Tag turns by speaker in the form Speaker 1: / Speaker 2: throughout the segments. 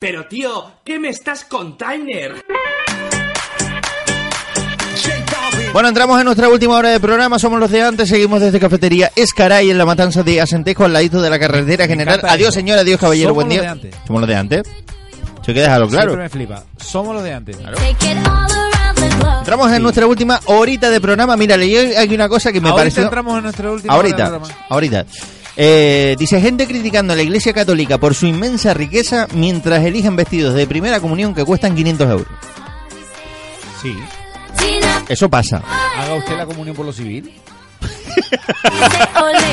Speaker 1: Pero tío, ¿qué me estás container?
Speaker 2: Bueno, entramos en nuestra última hora de programa. Somos los de antes. Seguimos desde Cafetería Escaray en la matanza de Asentejo al ladito de la carretera general.
Speaker 3: encanta
Speaker 2: Adiós,
Speaker 3: eso.
Speaker 2: señor. Adiós, caballero.
Speaker 3: eh. Somos
Speaker 2: Buen
Speaker 3: los
Speaker 2: día.
Speaker 3: de antes.
Speaker 2: Somos los de antes. Eso hay que dejarlo claro.
Speaker 3: Siempre me flipa. Somos los de antes.
Speaker 4: Take it all around the globe.
Speaker 2: Entramos en nuestra última horita de programa. Mira, leí aquí una cosa que me
Speaker 3: Ahorita
Speaker 2: pareció.
Speaker 3: entramos en nuestra última hora de
Speaker 2: Ahorita,
Speaker 3: programa.
Speaker 2: ahorita. Eh, dice gente criticando a la Iglesia Católica por su inmensa riqueza mientras eligen vestidos de primera comunión que cuestan 500 euros.
Speaker 3: Sí.
Speaker 4: Tina,
Speaker 2: Eso pasa.
Speaker 3: Haga usted la comunión por lo civil.
Speaker 4: ole.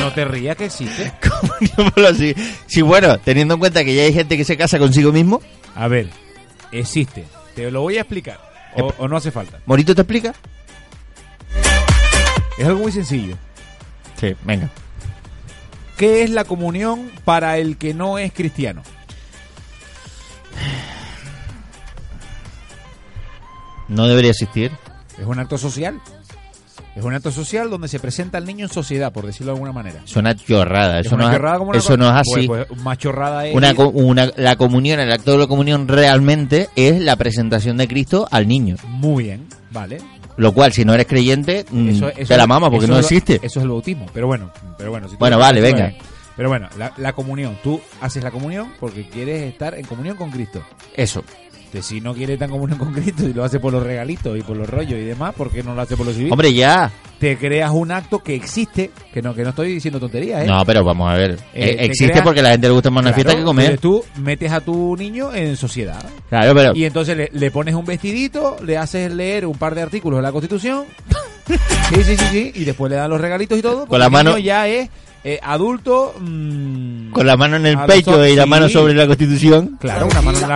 Speaker 3: No te rías que existe.
Speaker 2: Digámoslo así. Sí, bueno, teniendo en cuenta que ya hay gente que se casa consigo mismo.
Speaker 3: A ver, existe. Te lo voy a explicar. O, o no hace falta.
Speaker 2: Morito te explica.
Speaker 3: Es algo muy sencillo.
Speaker 2: Sí, venga.
Speaker 3: ¿Qué es la comunión para el que no es cristiano?
Speaker 2: No debería existir.
Speaker 3: Es un acto social. Es un acto social donde se presenta al niño en sociedad, por decirlo de alguna manera.
Speaker 2: Es una chorrada.
Speaker 3: Es
Speaker 2: Eso,
Speaker 3: una
Speaker 2: no, es-
Speaker 3: chorrada como una
Speaker 2: eso no es
Speaker 3: cosa-
Speaker 2: así.
Speaker 3: Pues, pues, más chorrada es.
Speaker 2: Una co- una- la comunión, el acto de la comunión realmente es la presentación de Cristo al niño.
Speaker 3: Muy bien, vale.
Speaker 2: Lo cual, si no eres creyente, mm,
Speaker 3: Eso- eso-
Speaker 2: te la mama porque
Speaker 3: eso
Speaker 2: no
Speaker 3: es lo-
Speaker 2: existe.
Speaker 3: Eso es el bautismo, pero bueno, pero bueno. si tú-
Speaker 2: Bueno, vale, venga.
Speaker 3: Pero bueno, la, la comunión. Tú haces la comunión porque quieres estar en comunión con Cristo.
Speaker 2: Eso.
Speaker 3: Que si no quiere estar en comunión con Cristo y lo hace por los regalitos y por los rollos y demás, ¿por qué no lo hace por lo civil?
Speaker 2: Hombre, ya.
Speaker 3: Te creas un acto que existe, que no, que no estoy diciendo tonterías, ¿eh?
Speaker 2: No, pero vamos a ver.
Speaker 3: Eh,
Speaker 2: Eh,
Speaker 3: te
Speaker 2: existe
Speaker 3: creas-
Speaker 2: porque a la gente le gusta más una
Speaker 3: Claro,
Speaker 2: fiesta que comer.
Speaker 3: pero tú metes a tu niño en sociedad.
Speaker 2: Claro, pero.
Speaker 3: Y entonces le, le pones un vestidito, le haces leer un par de artículos de la Constitución. sí, sí, sí, sí. Y después le dan los regalitos y todo. porque
Speaker 2: la
Speaker 3: el
Speaker 2: mano-
Speaker 3: niño ya es eh, adulto. mm,
Speaker 2: Con la mano en el
Speaker 3: a los
Speaker 2: pecho
Speaker 3: ojos,
Speaker 2: y la
Speaker 3: sí.
Speaker 2: mano sobre la constitución.
Speaker 3: Claro, una mano en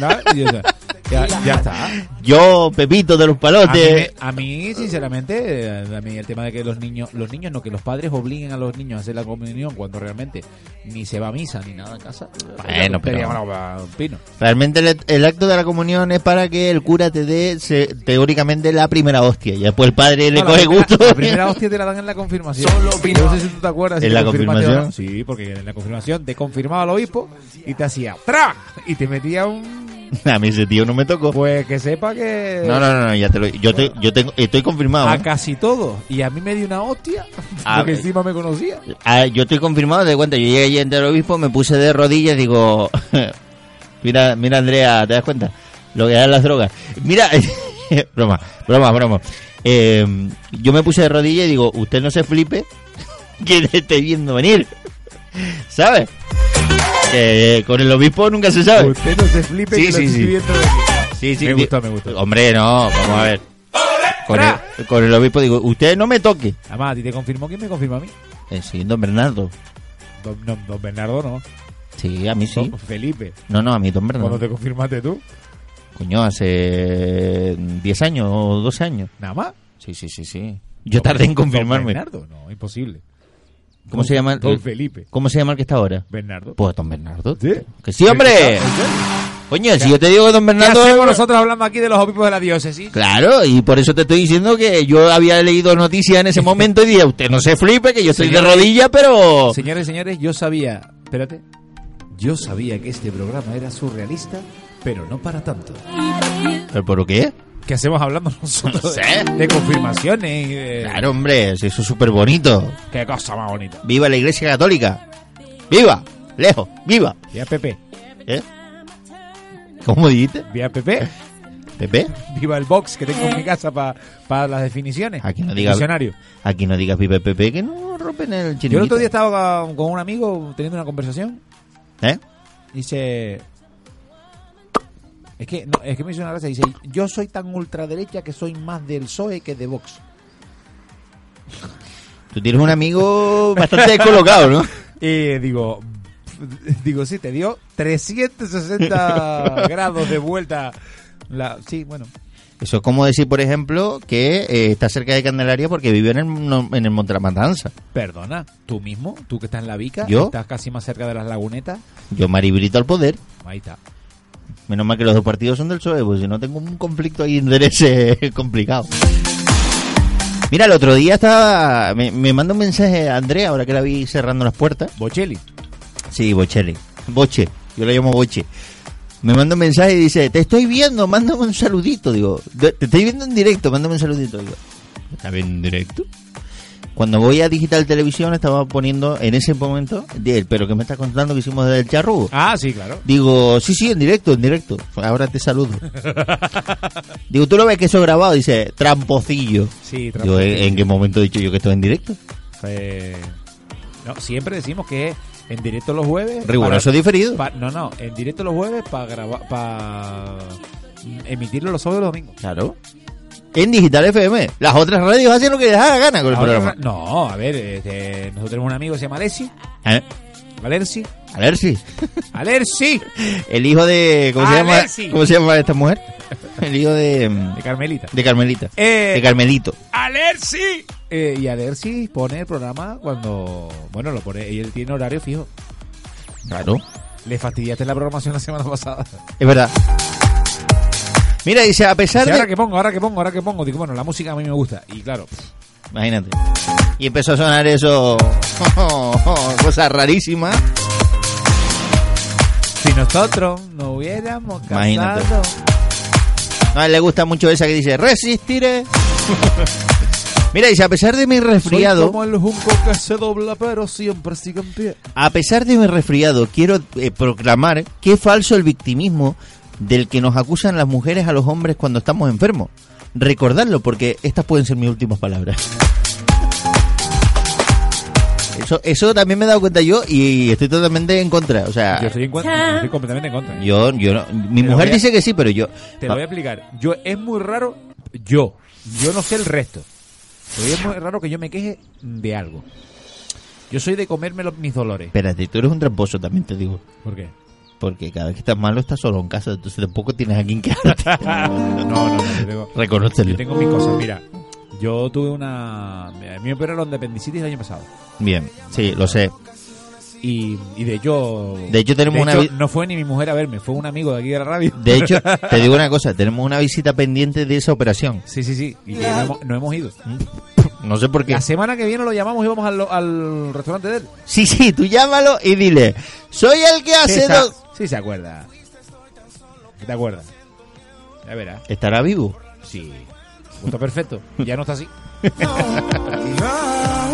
Speaker 3: la. la- y, o sea, ya, ya está.
Speaker 2: Yo, Pepito de los
Speaker 3: A mí, me-
Speaker 2: palotes.
Speaker 3: a mí, sinceramente, eh, a mí el tema de que los niños, los niños no, que los padres obliguen a los niños a hacer la comunión cuando realmente ni se va a misa ni nada en casa.
Speaker 2: Bueno, pero-
Speaker 3: Sería una- un pino.
Speaker 2: Realmente el, el acto de la comunión es para que el cura te dé se- teóricamente la primera hostia. Y después el padre le
Speaker 3: No, la
Speaker 2: coge
Speaker 3: primera-
Speaker 2: gusto.
Speaker 3: La primera hostia te la dan en la confirmación. No sé si tú te acuerdas. si
Speaker 2: ¿En
Speaker 3: te
Speaker 2: la
Speaker 3: confirmaste o
Speaker 2: confirmación?
Speaker 3: no. Sí, porque en la confirmación te confirmaba el obispo y te hacía ¡tra! Y te metía un...
Speaker 2: a mí ese tío no me tocó.
Speaker 3: Pues que sepa que...
Speaker 2: No, no, no, no, ya te lo yo te- yo tengo- estoy confirmado.
Speaker 3: A
Speaker 2: ¿eh?
Speaker 3: casi todo. Y a mí me dio una hostia
Speaker 2: Ah,
Speaker 3: porque
Speaker 2: eh.
Speaker 3: encima me conocía.
Speaker 2: Ah, yo estoy confirmado, te doy cuenta, yo llegué allí ante el obispo, me puse de rodillas, digo, mira, mira Andrea, ¿te das cuenta? Lo que dan las drogas. Mira, broma, broma, broma. Eh, yo me puse de rodillas y digo, usted no se flipe, que te esté viendo venir, ¿sabes? Que con el obispo nunca se sabe.
Speaker 3: Usted no se flipe
Speaker 2: Sí,
Speaker 3: que lo
Speaker 2: sí,
Speaker 3: estoy
Speaker 2: sí.
Speaker 3: viendo de aquí.
Speaker 2: Sí, sí,
Speaker 3: Me
Speaker 2: di-
Speaker 3: gustó, me gustó.
Speaker 2: Hombre, no, vamos a ver. Con el, con el obispo digo, usted no me toque.
Speaker 3: Además, a ti te confirmó. ¿Quién me confirmó a mí?
Speaker 2: Eh, sí, don Bernardo.
Speaker 3: Don, don- don Bernardo, ¿no?
Speaker 2: Sí, a mí sí.
Speaker 3: Don Felipe.
Speaker 2: No, no, a mí don Bernardo.
Speaker 3: Cuando te confirmaste tú.
Speaker 2: Coño, hace 10 años o 12 años.
Speaker 3: Nada más.
Speaker 2: Sí, sí, sí, sí. Yo tardé en confirmarme.
Speaker 3: Don Bernardo, no, imposible.
Speaker 2: ¿Cómo se llama? el-
Speaker 3: Don Felipe.
Speaker 2: ¿Cómo se llama el que está ahora?
Speaker 3: Bernardo.
Speaker 2: Pues Don Bernardo.
Speaker 3: ¿Sí?
Speaker 2: Que sí, hombre. Coño, si yo te digo que Don
Speaker 3: ¿Qué
Speaker 2: Bernardo...
Speaker 3: hacemos nosotros hablando aquí de los obispos de la diócesis?
Speaker 2: Claro, y por eso te estoy diciendo que yo había leído noticias en ese momento y dije, usted no se flipe, que yo estoy de
Speaker 3: Señor-
Speaker 2: rodillas, pero...
Speaker 3: Señores y señores, yo sabía... Espérate. Yo sabía que este programa era surrealista, pero no para tanto.
Speaker 2: ¿Pero por qué?
Speaker 3: ¿Qué hacemos hablando nosotros
Speaker 2: No sé.
Speaker 3: de, de confirmaciones? y de-
Speaker 2: Claro, hombre, si eso es súper bonito.
Speaker 3: Qué cosa más bonita.
Speaker 2: Viva la Iglesia Católica. Viva. Lejos. Viva.
Speaker 3: Vía Pepe.
Speaker 2: ¿Eh? ¿Cómo dijiste?
Speaker 3: Vía Pepe.
Speaker 2: ¿Pepe?
Speaker 3: Viva el box que tengo en mi casa para las definiciones.
Speaker 2: Aquí no
Speaker 3: El
Speaker 2: diga-
Speaker 3: Diccionario.
Speaker 2: Aquí no digas vive Pepe que no rompen el chiringuito.
Speaker 3: Yo el otro día estaba con- con un amigo teniendo una conversación
Speaker 2: ¿Eh?
Speaker 3: Dice. Es que, no, es que me hizo una gracia. Dice: Yo soy tan ultraderecha que soy más del PSOE que de Vox.
Speaker 2: Tú tienes un amigo bastante descolocado, ¿no?
Speaker 3: Y digo. Digo, sí, te dio 360 grados de vuelta. La, sí, bueno.
Speaker 2: Eso es como decir, por ejemplo, que eh, está cerca de Candelaria porque vivió en el, no- en el Montramatanza.
Speaker 3: Perdona, tú mismo, tú que estás en la Vica,
Speaker 2: ¿Yo?
Speaker 3: estás casi más cerca de las lagunetas.
Speaker 2: Yo maribrito al poder.
Speaker 3: Ahí está.
Speaker 2: Menos mal que los dos partidos son del PSOE, pues si no tengo un conflicto ahí de intereses complicado. Mira, el otro día estaba... Me, me manda un mensaje a Andrea, ahora que la vi cerrando las puertas.
Speaker 3: Bocelli.
Speaker 2: Sí, Bocelli. Boche. Yo le llamo Boche. me manda un mensaje y dice, te estoy viendo, mándame un saludito. Digo, te te estoy viendo en directo, mándame un saludito. Digo, ¿está bien en directo? Cuando voy a Digital Televisión estaba poniendo en ese momento, de- pero que me está contando que hicimos del charrugo.
Speaker 3: Ah, sí, claro.
Speaker 2: Digo, sí, sí, en directo, en directo. Ahora te saludo. Digo, tú lo ves que eso grabado, dice, trampocillo.
Speaker 3: Sí,
Speaker 2: Digo, ¿en, en qué momento he dicho yo que estoy en directo?
Speaker 3: Eh, no, siempre decimos que es en directo los jueves.
Speaker 2: Riguroso
Speaker 3: para-
Speaker 2: diferido.
Speaker 3: pa- no, no, en directo los jueves para grabar, para emitirlo los sábados y los domingos.
Speaker 2: Claro. En Digital FM. Las otras radios hacen lo que les da la gana con el
Speaker 3: Ahora-
Speaker 2: programa.
Speaker 3: no, a ver, este, nosotros tenemos un amigo que se llama Alessi.
Speaker 2: ¿Eh?
Speaker 3: Alersi.
Speaker 2: A ver si.
Speaker 3: Alersi.
Speaker 2: El hijo de. ¿Cómo se, llama,
Speaker 3: Alexi.
Speaker 2: ¿Cómo se llama esta mujer? El hijo de. mm,
Speaker 3: De Carmelita.
Speaker 2: De Carmelita.
Speaker 3: Eh.
Speaker 2: De Carmelito.
Speaker 3: ¡Alersi! Eh, y Alersi pone el programa cuando. Bueno, lo pone. Él tiene horario fijo.
Speaker 2: Claro.
Speaker 3: Le fastidiaste la programación la semana pasada.
Speaker 2: Es verdad. Mira, dice, a pesar
Speaker 3: Sí,
Speaker 2: de.
Speaker 3: ahora que pongo, ahora que pongo, ahora que pongo. Digo, bueno, la música a mí me gusta. Y claro, pff,
Speaker 2: Imagínate. Y empezó a sonar eso. Cosa rarísima.
Speaker 3: si nosotros no hubiéramos
Speaker 2: Imagínate.
Speaker 3: casado.
Speaker 2: A él le gusta mucho esa que dice, resistiré. Mira, dice, a pesar de mi
Speaker 3: Soy
Speaker 2: resfriado.
Speaker 3: como el junco que se dobla, pero siempre sigue en pie.
Speaker 2: A pesar de mi resfriado, quiero eh, proclamar que es falso el victimismo del que nos acusan las mujeres a los hombres cuando estamos enfermos. Recordadlo, porque estas pueden ser mis últimas palabras. Eso, eso también me he dado cuenta yo y estoy totalmente en contra. O sea,
Speaker 3: Yo estoy, en contra, estoy completamente en contra.
Speaker 2: yo, yo no- mi
Speaker 3: Te lo
Speaker 2: mujer
Speaker 3: voy a-
Speaker 2: dice que sí, pero yo.
Speaker 3: Te lo voy a explicar. Yo, es muy raro, yo, yo no sé el resto. Pero es muy raro que yo me queje de algo. Yo soy de comerme los- mis dolores.
Speaker 2: Espérate, tú eres un tramposo también, te digo.
Speaker 3: ¿Por qué?
Speaker 2: Porque cada vez que estás malo estás solo en casa, entonces tampoco tienes a quien quedarte.
Speaker 3: No, no, no, yo tengo, yo
Speaker 2: Reconócelo.
Speaker 3: tengo mis cosas. Mira, yo tuve una... A mí me operaron de apendicitis el año pasado.
Speaker 2: Bien, sí, lo sé.
Speaker 3: Y, y de hecho...
Speaker 2: De hecho, tenemos una vi-
Speaker 3: No fue ni mi mujer a verme, fue un amigo de aquí de la radio.
Speaker 2: De hecho, te digo una cosa, tenemos una visita pendiente de esa operación.
Speaker 3: Sí, sí, sí. Y que no, hemos, no hemos ido.
Speaker 2: No sé por qué.
Speaker 3: La semana que viene lo llamamos y vamos al, al restaurante de él.
Speaker 2: Sí, sí, tú llámalo y dile, soy el que
Speaker 3: Sí,
Speaker 2: hace
Speaker 3: sa-
Speaker 2: dos...
Speaker 3: sí se acuerda. ¿Te acuerdas? Ya verás.
Speaker 2: ¿Estará vivo?
Speaker 3: Sí. Está perfecto. Ya no está así.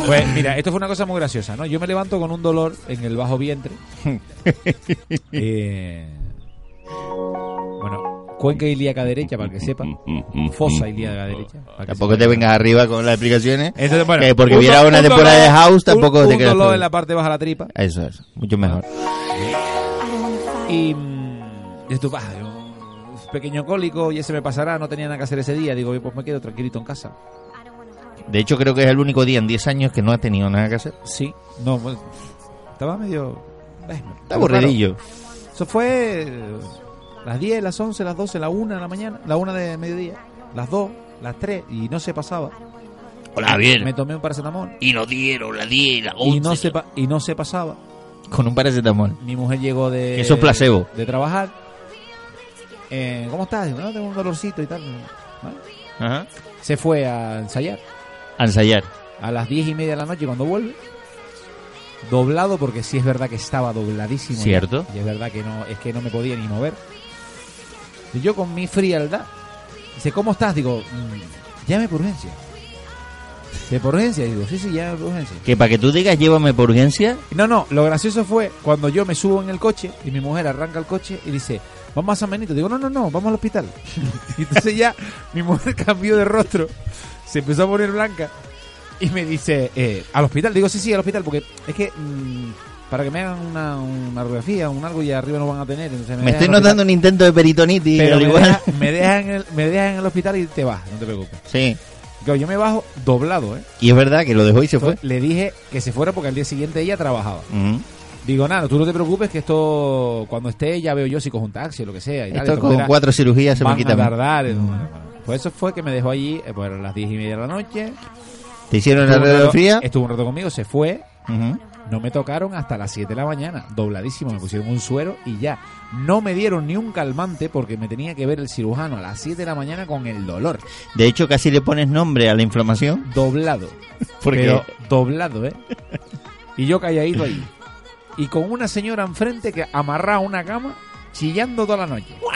Speaker 3: Pues mira, esto fue una cosa muy graciosa, ¿no? Yo me levanto con un dolor en el bajo vientre. Eh, bueno, cuenca ilíaca derecha, para el que sepa. Fosa ilíaca derecha. para que
Speaker 2: Tampoco
Speaker 3: sepa.
Speaker 2: te vengas arriba con las explicaciones.
Speaker 3: Entonces, bueno,
Speaker 2: que porque
Speaker 3: un
Speaker 2: hubiera
Speaker 3: do-
Speaker 2: una
Speaker 3: un
Speaker 2: temporada de
Speaker 3: dolor-
Speaker 2: House, tampoco
Speaker 3: un,
Speaker 2: te
Speaker 3: un
Speaker 2: creas
Speaker 3: dolor
Speaker 2: tú.
Speaker 3: en la parte baja de la tripa.
Speaker 2: Eso es, mucho mejor.
Speaker 3: Y mm, dices tú, "Bah, yo, un pequeño cólico, ya se me pasará, no tenía nada que hacer ese día. Digo, pues me quedo tranquilito en casa.
Speaker 2: De hecho, creo que es el único día en 10 años que no ha tenido nada que hacer.
Speaker 3: Sí, no, bueno, estaba medio. eh,
Speaker 2: Está aburridillo.
Speaker 3: raro. Eso fue eh, las 10, las 11, las 12, la 1 de la mañana, la 1 de mediodía, las 2, las 3, y no se pasaba.
Speaker 2: Hola,
Speaker 3: Me
Speaker 2: bien.
Speaker 3: tomé un paracetamol
Speaker 2: Y nos dieron la 10 Ah, y la
Speaker 3: y
Speaker 2: 11.
Speaker 3: no, se pa- y no se pasaba.
Speaker 2: Con un paracetamol.
Speaker 3: Mi mujer llegó de.
Speaker 2: Eso es placebo.
Speaker 3: De trabajar. Eh, ¿Cómo estás? Digo, "No, tengo un dolorcito y tal. Bueno,
Speaker 2: Ajá.
Speaker 3: Se fue a ensayar
Speaker 2: A ensayar.
Speaker 3: a las 10 y media de la noche cuando vuelve. Doblado, porque sí es verdad que estaba dobladísimo. ya.
Speaker 2: Cierto.
Speaker 3: Y es verdad que no, es que no me podía ni mover. Y yo con mi frialdad. Dice, ¿cómo estás? Digo, "Mm, llame por urgencia. ¿De por urgencia? Digo, sí, sí, llame por urgencia.
Speaker 2: Que para que tú digas, llévame por urgencia,
Speaker 3: No, no, lo gracioso fue cuando yo me subo en el coche y mi mujer arranca el coche y dice, vamos a San Benito. Digo, no, no, no, vamos al hospital. y entonces ya mi mujer cambió de rostro, se empezó a poner blanca y me dice, eh, al hospital. Digo, sí, sí, al hospital, porque es que mm, para que me hagan una, una radiografía, un algo y arriba no van a tener. entonces
Speaker 2: me
Speaker 3: dejan
Speaker 2: estoy
Speaker 3: al hospital.
Speaker 2: notando un intento de peritonitis.
Speaker 3: Pero
Speaker 2: al
Speaker 3: me
Speaker 2: igual.
Speaker 3: dejas me deja en, el- me deja en el hospital y te vas, no te preocupes.
Speaker 2: Sí.
Speaker 3: Yo, yo me bajo doblado, ¿eh?
Speaker 2: Y es verdad que lo dejó y se fue.
Speaker 3: Le dije que se fuera porque al día siguiente ella trabajaba.
Speaker 2: Ujú.
Speaker 3: Digo, nada, tú no te preocupes que esto, cuando esté, ya veo yo si cojo un taxi o lo que sea. Y
Speaker 2: Esto
Speaker 3: tal, de todas
Speaker 2: con
Speaker 3: maneras,
Speaker 2: cuatro cirugías se me
Speaker 3: van
Speaker 2: quita.
Speaker 3: a tardar.
Speaker 2: Mm.
Speaker 3: Pues eso fue que me dejó allí eh, por las diez y media de la noche.
Speaker 2: Te hicieron la
Speaker 3: Estuvo un rato-
Speaker 2: radiografía.
Speaker 3: Estuvo un rato conmigo, se fue.
Speaker 2: Ujú.
Speaker 3: No me tocaron hasta las 7 de la mañana, dobladísimo, me pusieron un suero y ya. No me dieron ni un calmante porque me tenía que ver el cirujano a las 7 de la mañana con el dolor.
Speaker 2: De hecho, casi le pones nombre a la inflamación.
Speaker 3: doblado.
Speaker 2: Porque
Speaker 3: Pero doblado, ¿eh? Y yo calladito ahí. Y con una señora enfrente que amarraba una cama chillando toda la noche. Como-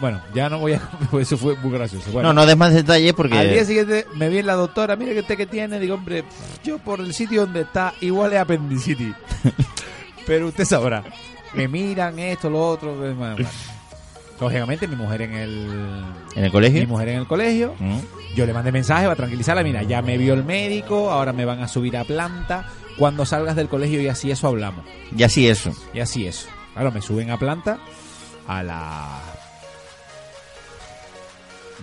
Speaker 3: Bueno, ya no voy a... Eso fue muy gracioso. Bueno,
Speaker 2: No, no des más detalles porque...
Speaker 3: Al día siguiente me vi en la doctora, mire que usted que tiene, digo, hombre, pff, yo por el sitio donde está, igual es apendicitis. Pero usted sabrá. Me miran esto, lo otro. bueno, bueno. Lógicamente, mi mujer en el.
Speaker 2: ¿En el
Speaker 3: Mi
Speaker 2: colegio?
Speaker 3: mujer en el colegio.
Speaker 2: Mm.
Speaker 3: Yo le mandé mensaje para tranquilizarla. Mira, ya me vio el médico, ahora me van a subir a planta. Cuando salgas del colegio y así eso hablamos.
Speaker 2: Y así eso.
Speaker 3: Y así es. Claro, me suben a planta a las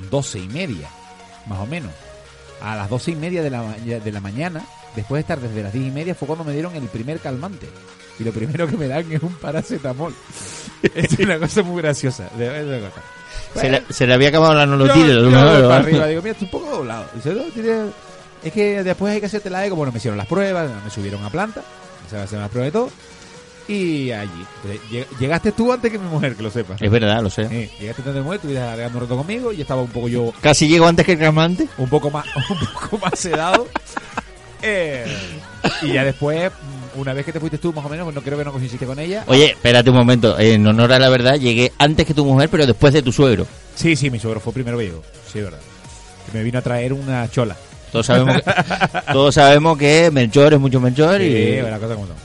Speaker 3: doce y media, más o menos. A las doce y media de la, ma- de la mañana, después de estar desde las diez y media, fue cuando me dieron el primer calmante. Y lo primero que me dan es un paracetamol. es una cosa muy graciosa. de verdad, es una cosa.
Speaker 2: Se, le, se le había acabado la
Speaker 3: Yo-
Speaker 2: nolotil.
Speaker 3: yo
Speaker 2: lo
Speaker 3: voy
Speaker 2: malo.
Speaker 3: para arriba, digo, mira, está un poco doblado. Dice, "No, tiene- Es que después hay que hacerte la eco. Bueno, me hicieron las pruebas, me subieron a planta, se hacen las pruebas de todo. Y allí. Lleg- Llegaste tú antes que mi mujer, que lo sepas.
Speaker 2: Es verdad, lo sé.
Speaker 3: Eh, llegaste antes de mi mujer, estuviste alargando un rato conmigo y estaba un poco yo,
Speaker 2: Casi llego antes que el calmante.
Speaker 3: un poco más, un poco más sedado. Eh, y ya después, mm, una vez que te fuiste tú, más o menos, no creo que no coincidiste con ella.
Speaker 2: Oye, espérate un momento. Eh, En honor a la verdad, llegué antes que tu mujer, pero después de tu suegro.
Speaker 3: Sí, sí, mi suegro fue primero que llegó. Sí, verdad. Que Me vino a traer una chola.
Speaker 2: Todos sabemos que, todos sabemos que Melchor es mucho Melchor
Speaker 3: Sí,
Speaker 2: y...
Speaker 3: la cosa como son.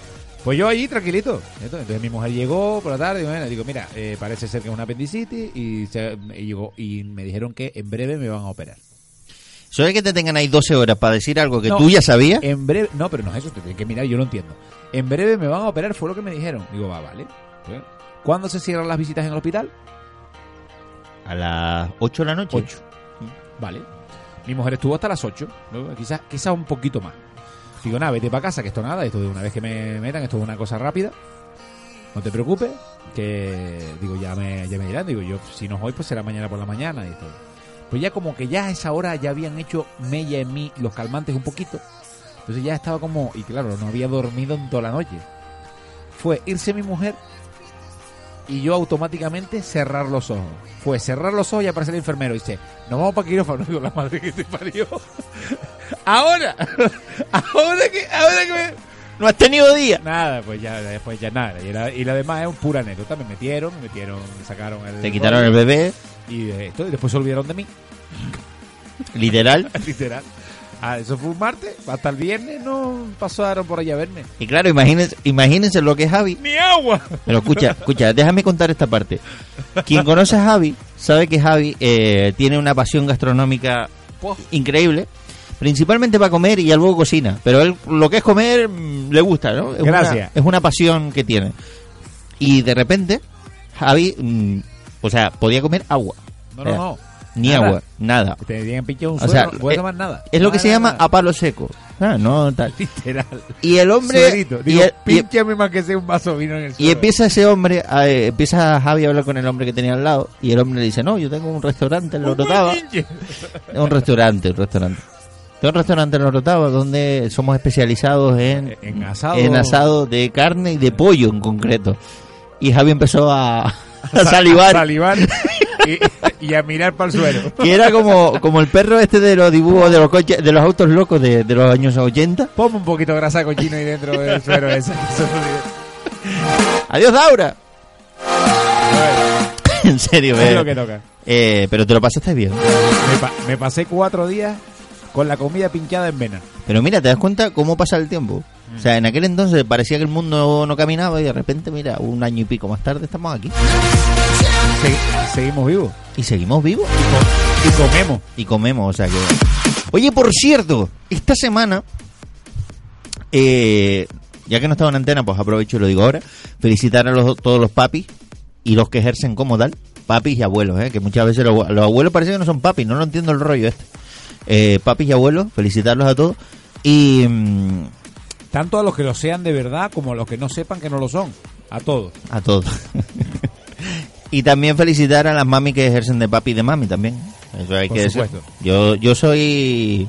Speaker 3: Pues yo allí tranquilito. Entonces, entonces mi mujer llegó por la tarde y bueno, digo, mira, eh, parece ser que es una apendicitis y, se- y llegó y me dijeron que en breve me van a operar.
Speaker 2: Solo es que te tengan ahí 12 horas para decir algo que
Speaker 3: No. Eh.
Speaker 2: tú ya sabías.
Speaker 3: En breve, no, pero no es eso, te tienen que mirar, yo lo entiendo. En breve me van a operar, fue lo que me dijeron. Digo, va, vale. Pues, ¿Cuándo se cierran las visitas en el hospital?
Speaker 2: A las 8 de la noche.
Speaker 3: 8. Vale. Mi mujer estuvo hasta las 8, ¿no? quizás quizás un poquito más. Digo, nada, vete para casa, que esto nada, esto de una vez que me metan, esto es una cosa rápida. No te preocupes, que digo, ya me, ya me dirán, digo, yo si no es hoy, pues será mañana por la mañana. Y todo. Pues ya como que ya a esa hora ya habían hecho mella en mí los calmantes un poquito. Entonces ya estaba como, y claro, no había dormido en toda la noche. Fue irse mi mujer y yo automáticamente cerrar los ojos. Fue cerrar los ojos y aparece el enfermero y dice, nos vamos para quirófano. Digo, la madre que te parió. ahora, ahora que, ahora que me...
Speaker 2: No has tenido día.
Speaker 3: Nada, pues ya, después ya nada. Y, la, y lo demás es un pura anécdota. Me metieron, me metieron, me sacaron el...
Speaker 2: Te quitaron el bebé,
Speaker 3: Y de esto, y después se olvidaron de mí,
Speaker 2: literal.
Speaker 3: literal. Ah, eso fue un martes, hasta el viernes no pasaron por allá a verme.
Speaker 2: Y claro, imagínense, imagínense lo que es Javi.
Speaker 3: ¡Ni agua!
Speaker 2: Pero escucha, escucha, déjame contar esta parte. Quien conoce a Javi sabe que Javi eh, tiene una pasión gastronómica increíble. Principalmente para comer y algo cocina. Pero él, lo que es comer mm, le gusta, ¿no? Es Una,
Speaker 3: Gracias.
Speaker 2: es una pasión que tiene. Y de repente, Javi, mm, o sea, podía comer agua.
Speaker 3: No, no, no.
Speaker 2: Ni
Speaker 3: Nada.
Speaker 2: agua, nada.
Speaker 3: Te tenían pinchado un
Speaker 2: Eh. O
Speaker 3: suelo,
Speaker 2: sea,
Speaker 3: no puedes
Speaker 2: eh,
Speaker 3: tomar nada.
Speaker 2: Es lo que
Speaker 3: Nada,
Speaker 2: se llama
Speaker 3: nada.
Speaker 2: a palo seco. Ah, no, tal.
Speaker 3: Literal.
Speaker 2: Y el hombre.
Speaker 3: Suerito.
Speaker 2: y
Speaker 3: Digo,
Speaker 2: el- y el-
Speaker 3: pínchame más que sea un vaso de vino en el
Speaker 2: Y
Speaker 3: suelo.
Speaker 2: empieza ese hombre, a- eh, empieza Javi a hablar con el hombre que tenía al lado y el hombre le dice, no, yo tengo un restaurante en
Speaker 3: Un
Speaker 2: Lorotava.
Speaker 3: pinche.
Speaker 2: Un restaurante, un restaurante. Tengo un restaurante en Lorotava donde somos especializados en,
Speaker 3: Eh, En asado.
Speaker 2: en asado de carne y de pollo en concreto. Y Javi empezó a, a salivar.
Speaker 3: Salivar. y, y a mirar para el suelo.
Speaker 2: Que era como, como el perro este de los dibujos de los coches, de los autos locos de, de los años 80.
Speaker 3: Ponme un poquito de grasa cochino ahí dentro del suero ese.
Speaker 2: Adiós, Daura. en serio,
Speaker 3: Es
Speaker 2: eh.
Speaker 3: lo que toca.
Speaker 2: Eh, pero te lo pasaste bien.
Speaker 3: Me, pa- me pasé cuatro días con la comida pinchada en vena.
Speaker 2: Pero mira, te das cuenta cómo pasa el tiempo. O sea, en aquel entonces parecía que el mundo no caminaba y de repente, mira, un año y pico más tarde estamos aquí.
Speaker 3: Se- seguimos vivos.
Speaker 2: Y seguimos vivos
Speaker 3: Y comemos.
Speaker 2: y comemos, o sea que... Oye, por cierto, esta semana, eh, ya que no estaba en antena, pues aprovecho y lo digo ahora, felicitar a los, todos los papis y los que ejercen como tal, papis y abuelos, eh, que muchas veces los, los abuelos parece que no son papis, no lo entiendo el rollo este. Eh, papis y abuelos, felicitarlos a todos. Y... mm,
Speaker 3: Tanto a los que lo sean de verdad como a los que no sepan que no lo son. A todos.
Speaker 2: A todos. y también felicitar a las mami que ejercen de papi y de mami también. Eso hay
Speaker 3: Por
Speaker 2: que
Speaker 3: supuesto.
Speaker 2: decir. Yo, yo soy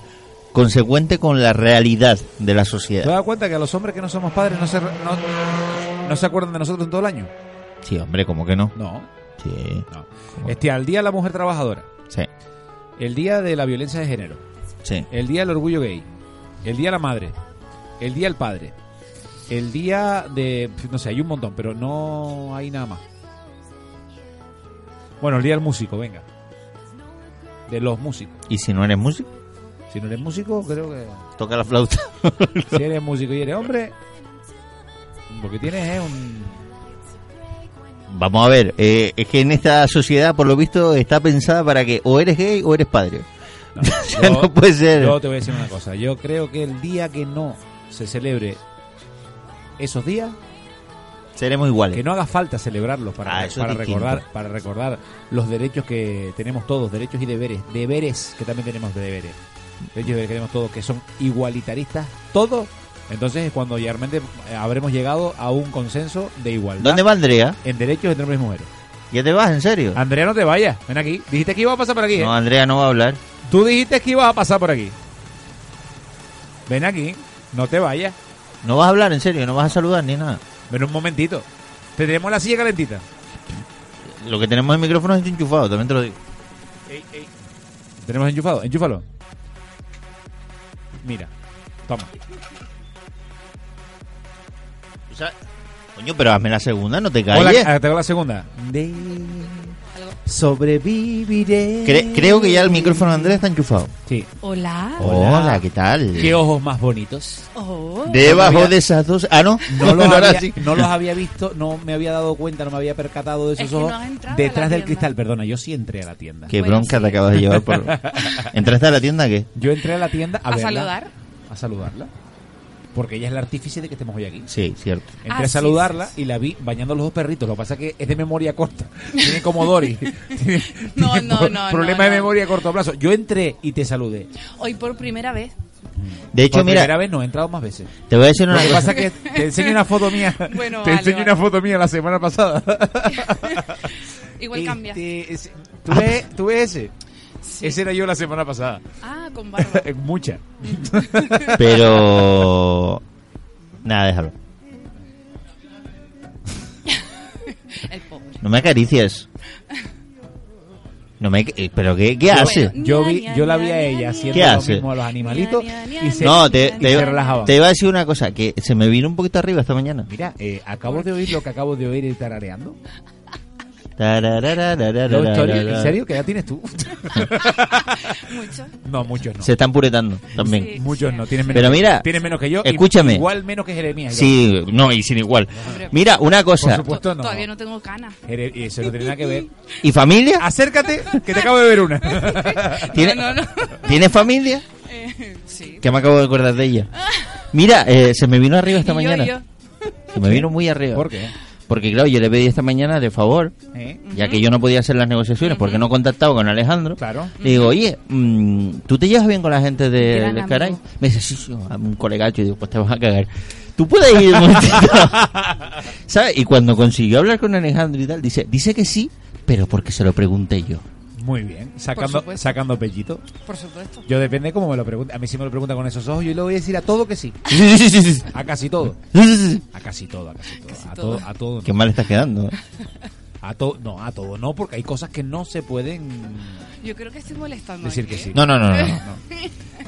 Speaker 2: consecuente con la realidad de la
Speaker 3: ¿Te
Speaker 2: sociedad.
Speaker 3: das cuenta que a los hombres que no somos padres no se, re- no, no se acuerdan de nosotros en todo el año?
Speaker 2: Sí, hombre, ¿cómo que no?
Speaker 3: No,
Speaker 2: Sí,
Speaker 3: no. Este, al día de la mujer trabajadora,
Speaker 2: sí,
Speaker 3: el día de la violencia de género,
Speaker 2: sí.
Speaker 3: el día del orgullo gay, el día de la madre, el día del padre, el día de. No sé, hay un montón, pero no hay nada más. Bueno, el día del músico, venga. De los músicos.
Speaker 2: ¿Y si no eres músico?
Speaker 3: Si no eres músico, creo que.
Speaker 2: Toca la flauta.
Speaker 3: Si eres músico y eres hombre. Porque tienes es un.
Speaker 2: Vamos a ver, eh, es que en esta sociedad, por lo visto, está pensada para que o eres gay o eres padre.
Speaker 3: No,
Speaker 2: O sea, no puede ser.
Speaker 3: Yo te voy a decir una cosa. Yo creo que el día que no se celebre esos días,
Speaker 2: Seremos iguales.
Speaker 3: que no haga falta celebrarlos para,
Speaker 2: Ah, eso es
Speaker 3: para
Speaker 2: distinto.
Speaker 3: recordar para recordar los derechos que tenemos todos, derechos y deberes, deberes que también tenemos de deberes, derechos y deberes que tenemos todos, que son igualitaristas todos. Entonces es cuando ya realmente eh, habremos llegado a un consenso de igualdad
Speaker 2: ¿Dónde va Andrea?
Speaker 3: en derechos entre hombres y mujeres.
Speaker 2: ¿Ya te vas, en serio?
Speaker 3: Andrea, no te vayas, ven aquí. Dijiste que ibas a pasar por aquí. ¿eh?
Speaker 2: No, Andrea no va a hablar.
Speaker 3: Tú dijiste que ibas a pasar por aquí. Ven aquí, no te vayas.
Speaker 2: No vas a hablar, en serio, no vas a saludar ni nada.
Speaker 3: Ven un momentito. Te tenemos la silla calentita.
Speaker 2: Lo que tenemos el micrófono es enchufado, también te lo digo.
Speaker 3: ¿Tenemos enchufado? Enchúfalo. Mira, toma.
Speaker 2: O sea, coño, pero hazme la segunda, no te
Speaker 3: Hola,
Speaker 2: calles.
Speaker 3: ah, te hago la segunda. sobreviviré.
Speaker 2: Cre- creo que ya el micrófono de Andrea está enchufado.
Speaker 3: Sí.
Speaker 5: Hola.
Speaker 2: Hola,
Speaker 3: Hola.
Speaker 2: ¿qué tal?
Speaker 3: Qué ojos más bonitos.
Speaker 5: Oh.
Speaker 2: Debajo
Speaker 3: No había-
Speaker 2: de esas dos... Ah, no.
Speaker 3: No los,
Speaker 2: ahora
Speaker 3: había,
Speaker 2: sí.
Speaker 3: no los había visto, no me había dado cuenta, no me había percatado de esos
Speaker 5: Es que no
Speaker 3: ojos.
Speaker 5: has entrado a la
Speaker 3: Detrás del
Speaker 5: tienda.
Speaker 3: cristal, perdona, yo sí entré a la tienda.
Speaker 2: Qué
Speaker 5: Bueno,
Speaker 2: bronca
Speaker 5: sí.
Speaker 2: te acabas de llevar, Pablo. ¿Entraste a la tienda qué?
Speaker 3: Yo entré a la tienda a,
Speaker 5: ¿A
Speaker 3: verla,
Speaker 5: saludar?
Speaker 3: A saludarla. Porque ella es la artífice de que estemos hoy aquí.
Speaker 2: Sí, cierto.
Speaker 3: Entré
Speaker 5: Ah,
Speaker 3: a
Speaker 5: sí,
Speaker 3: saludarla
Speaker 5: sí, sí.
Speaker 3: y la vi bañando a los dos perritos. Lo que pasa es que es de memoria corta. Tiene como Dory. Tiene-
Speaker 5: No,
Speaker 3: tiene
Speaker 5: no,
Speaker 3: pro-
Speaker 5: no,
Speaker 3: Problema
Speaker 5: no,
Speaker 3: de
Speaker 5: no.
Speaker 3: memoria a corto plazo. Yo entré y te saludé.
Speaker 5: Hoy por primera vez.
Speaker 2: De hecho,
Speaker 3: Por primera
Speaker 2: mira,
Speaker 3: vez no, he entrado más veces.
Speaker 2: te voy a decir
Speaker 3: Lo
Speaker 2: una
Speaker 3: que
Speaker 2: cosa.
Speaker 3: pasa es que te enseño una foto mía.
Speaker 5: Bueno,
Speaker 3: te
Speaker 5: vale,
Speaker 3: enseño
Speaker 5: vale.
Speaker 3: una foto mía la semana pasada.
Speaker 5: Igual cambia.
Speaker 3: Este, ese- ¿tú, ves, tú ves ese?
Speaker 5: Sí.
Speaker 3: Ese era yo la semana pasada. Eh,
Speaker 5: Ah, con barba.
Speaker 3: Mucha.
Speaker 2: Pero... Nada, déjalo.
Speaker 5: El pobre.
Speaker 2: No me acaricias. No me... eh, ¿Pero qué, qué hace?
Speaker 3: Yo, vi, yo la vi a ella haciendo lo
Speaker 2: hace?
Speaker 3: mismo a los animalitos. Y se,
Speaker 2: No, te,
Speaker 3: y
Speaker 2: te,
Speaker 3: se relajaba.
Speaker 2: te iba a decir una cosa, que se me vino un poquito arriba esta mañana.
Speaker 3: Mira, eh, acabo de oír lo que acabo de oír y tarareando. No, en serio, ¿En serio? ¿Qué edad tienes tú?
Speaker 5: Mucho.
Speaker 3: no, muchos no.
Speaker 2: Se están puretando también.
Speaker 5: Sí.
Speaker 3: Muchos no. Tienes menos,
Speaker 2: Pero
Speaker 3: que-
Speaker 2: mira,
Speaker 3: tienes menos que yo. y
Speaker 2: escúchame.
Speaker 3: Igual menos que Jeremías.
Speaker 2: Sí, no, y sin igual. Mira, una
Speaker 3: Por
Speaker 2: cosa.
Speaker 3: supuesto, no.
Speaker 5: Todavía no tengo cana.
Speaker 3: Jere- y Eso no tiene nada que ver.
Speaker 2: ¿Y familia?
Speaker 3: Acércate, que te acabo de ver una.
Speaker 2: ¿Tiene,
Speaker 5: No, no, no.
Speaker 2: ¿tiene familia?
Speaker 5: Eh, sí.
Speaker 2: Que me acabo de acordar de ella. Mira, eh, se me vino arriba esta
Speaker 5: Y yo,
Speaker 2: mañana.
Speaker 5: yo.
Speaker 2: Se me vino muy arriba.
Speaker 3: ¿Por qué?
Speaker 2: Porque claro, yo le pedí esta mañana de favor,
Speaker 3: ¿Eh?
Speaker 2: ya que yo no podía hacer las negociaciones porque no contactaba con Alejandro.
Speaker 3: Claro.
Speaker 2: Le digo, oye, mm, ¿tú te llevas bien con la gente de,
Speaker 5: Gran
Speaker 2: de
Speaker 5: amigo.
Speaker 2: Caray? Me dice, sí, sí, un colegacho. Y digo, pues te vas a cagar. Tú puedes ir un momentito. ¿Sabes? Y cuando consiguió hablar con Alejandro y tal, dice, dice que sí, pero porque se lo pregunté yo.
Speaker 3: Muy bien.
Speaker 5: Por
Speaker 3: Sacando,
Speaker 5: supuesto.
Speaker 3: sacando pellito.
Speaker 5: Por supuesto.
Speaker 3: Yo depende cómo me lo pregunte. A mí si me lo pregunta con esos ojos, yo le voy a decir a todo que sí.
Speaker 2: Sí, sí, sí, sí, sí.
Speaker 3: A casi todo.
Speaker 2: Sí, sí, sí.
Speaker 3: A casi todo, a casi todo.
Speaker 5: Casi
Speaker 3: a
Speaker 5: todo.
Speaker 3: todo, a todo.
Speaker 2: Qué
Speaker 3: no.
Speaker 2: mal estás quedando. ¿eh?
Speaker 3: A todo, no, a todo no, porque hay cosas que no se pueden
Speaker 5: Yo creo que estoy molestando.
Speaker 3: Decir
Speaker 5: aquí,
Speaker 3: que
Speaker 5: ¿eh?
Speaker 3: sí.
Speaker 2: No, no, no, no. no.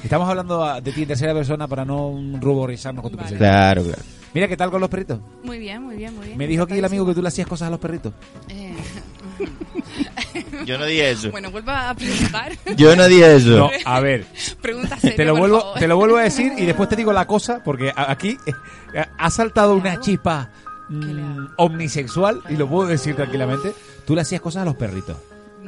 Speaker 3: Estamos hablando a- de ti en tercera persona para no ruborizarnos con tu
Speaker 5: Vale.
Speaker 3: presencia.
Speaker 2: Claro, claro.
Speaker 3: Mira, ¿qué tal con los perritos?
Speaker 5: ¿eh? Muy bien, muy bien, muy bien.
Speaker 3: Me dijo aquí el amigo que tú le hacías cosas a los perritos.
Speaker 5: Eh,
Speaker 2: Yo no dije eso.
Speaker 5: bueno, vuelva a preguntar.
Speaker 2: Yo no dije eso.
Speaker 3: No, a ver,
Speaker 5: Pregunta seria,
Speaker 3: te lo
Speaker 5: por
Speaker 3: vuelvo,
Speaker 5: favor.
Speaker 3: te lo vuelvo a decir y después te digo la cosa, porque a- aquí eh, ha saltado una chispa
Speaker 5: le
Speaker 3: mm,
Speaker 5: hago?
Speaker 3: omnisexual y lo puedo decir tranquilamente. Tú le hacías cosas a los perritos.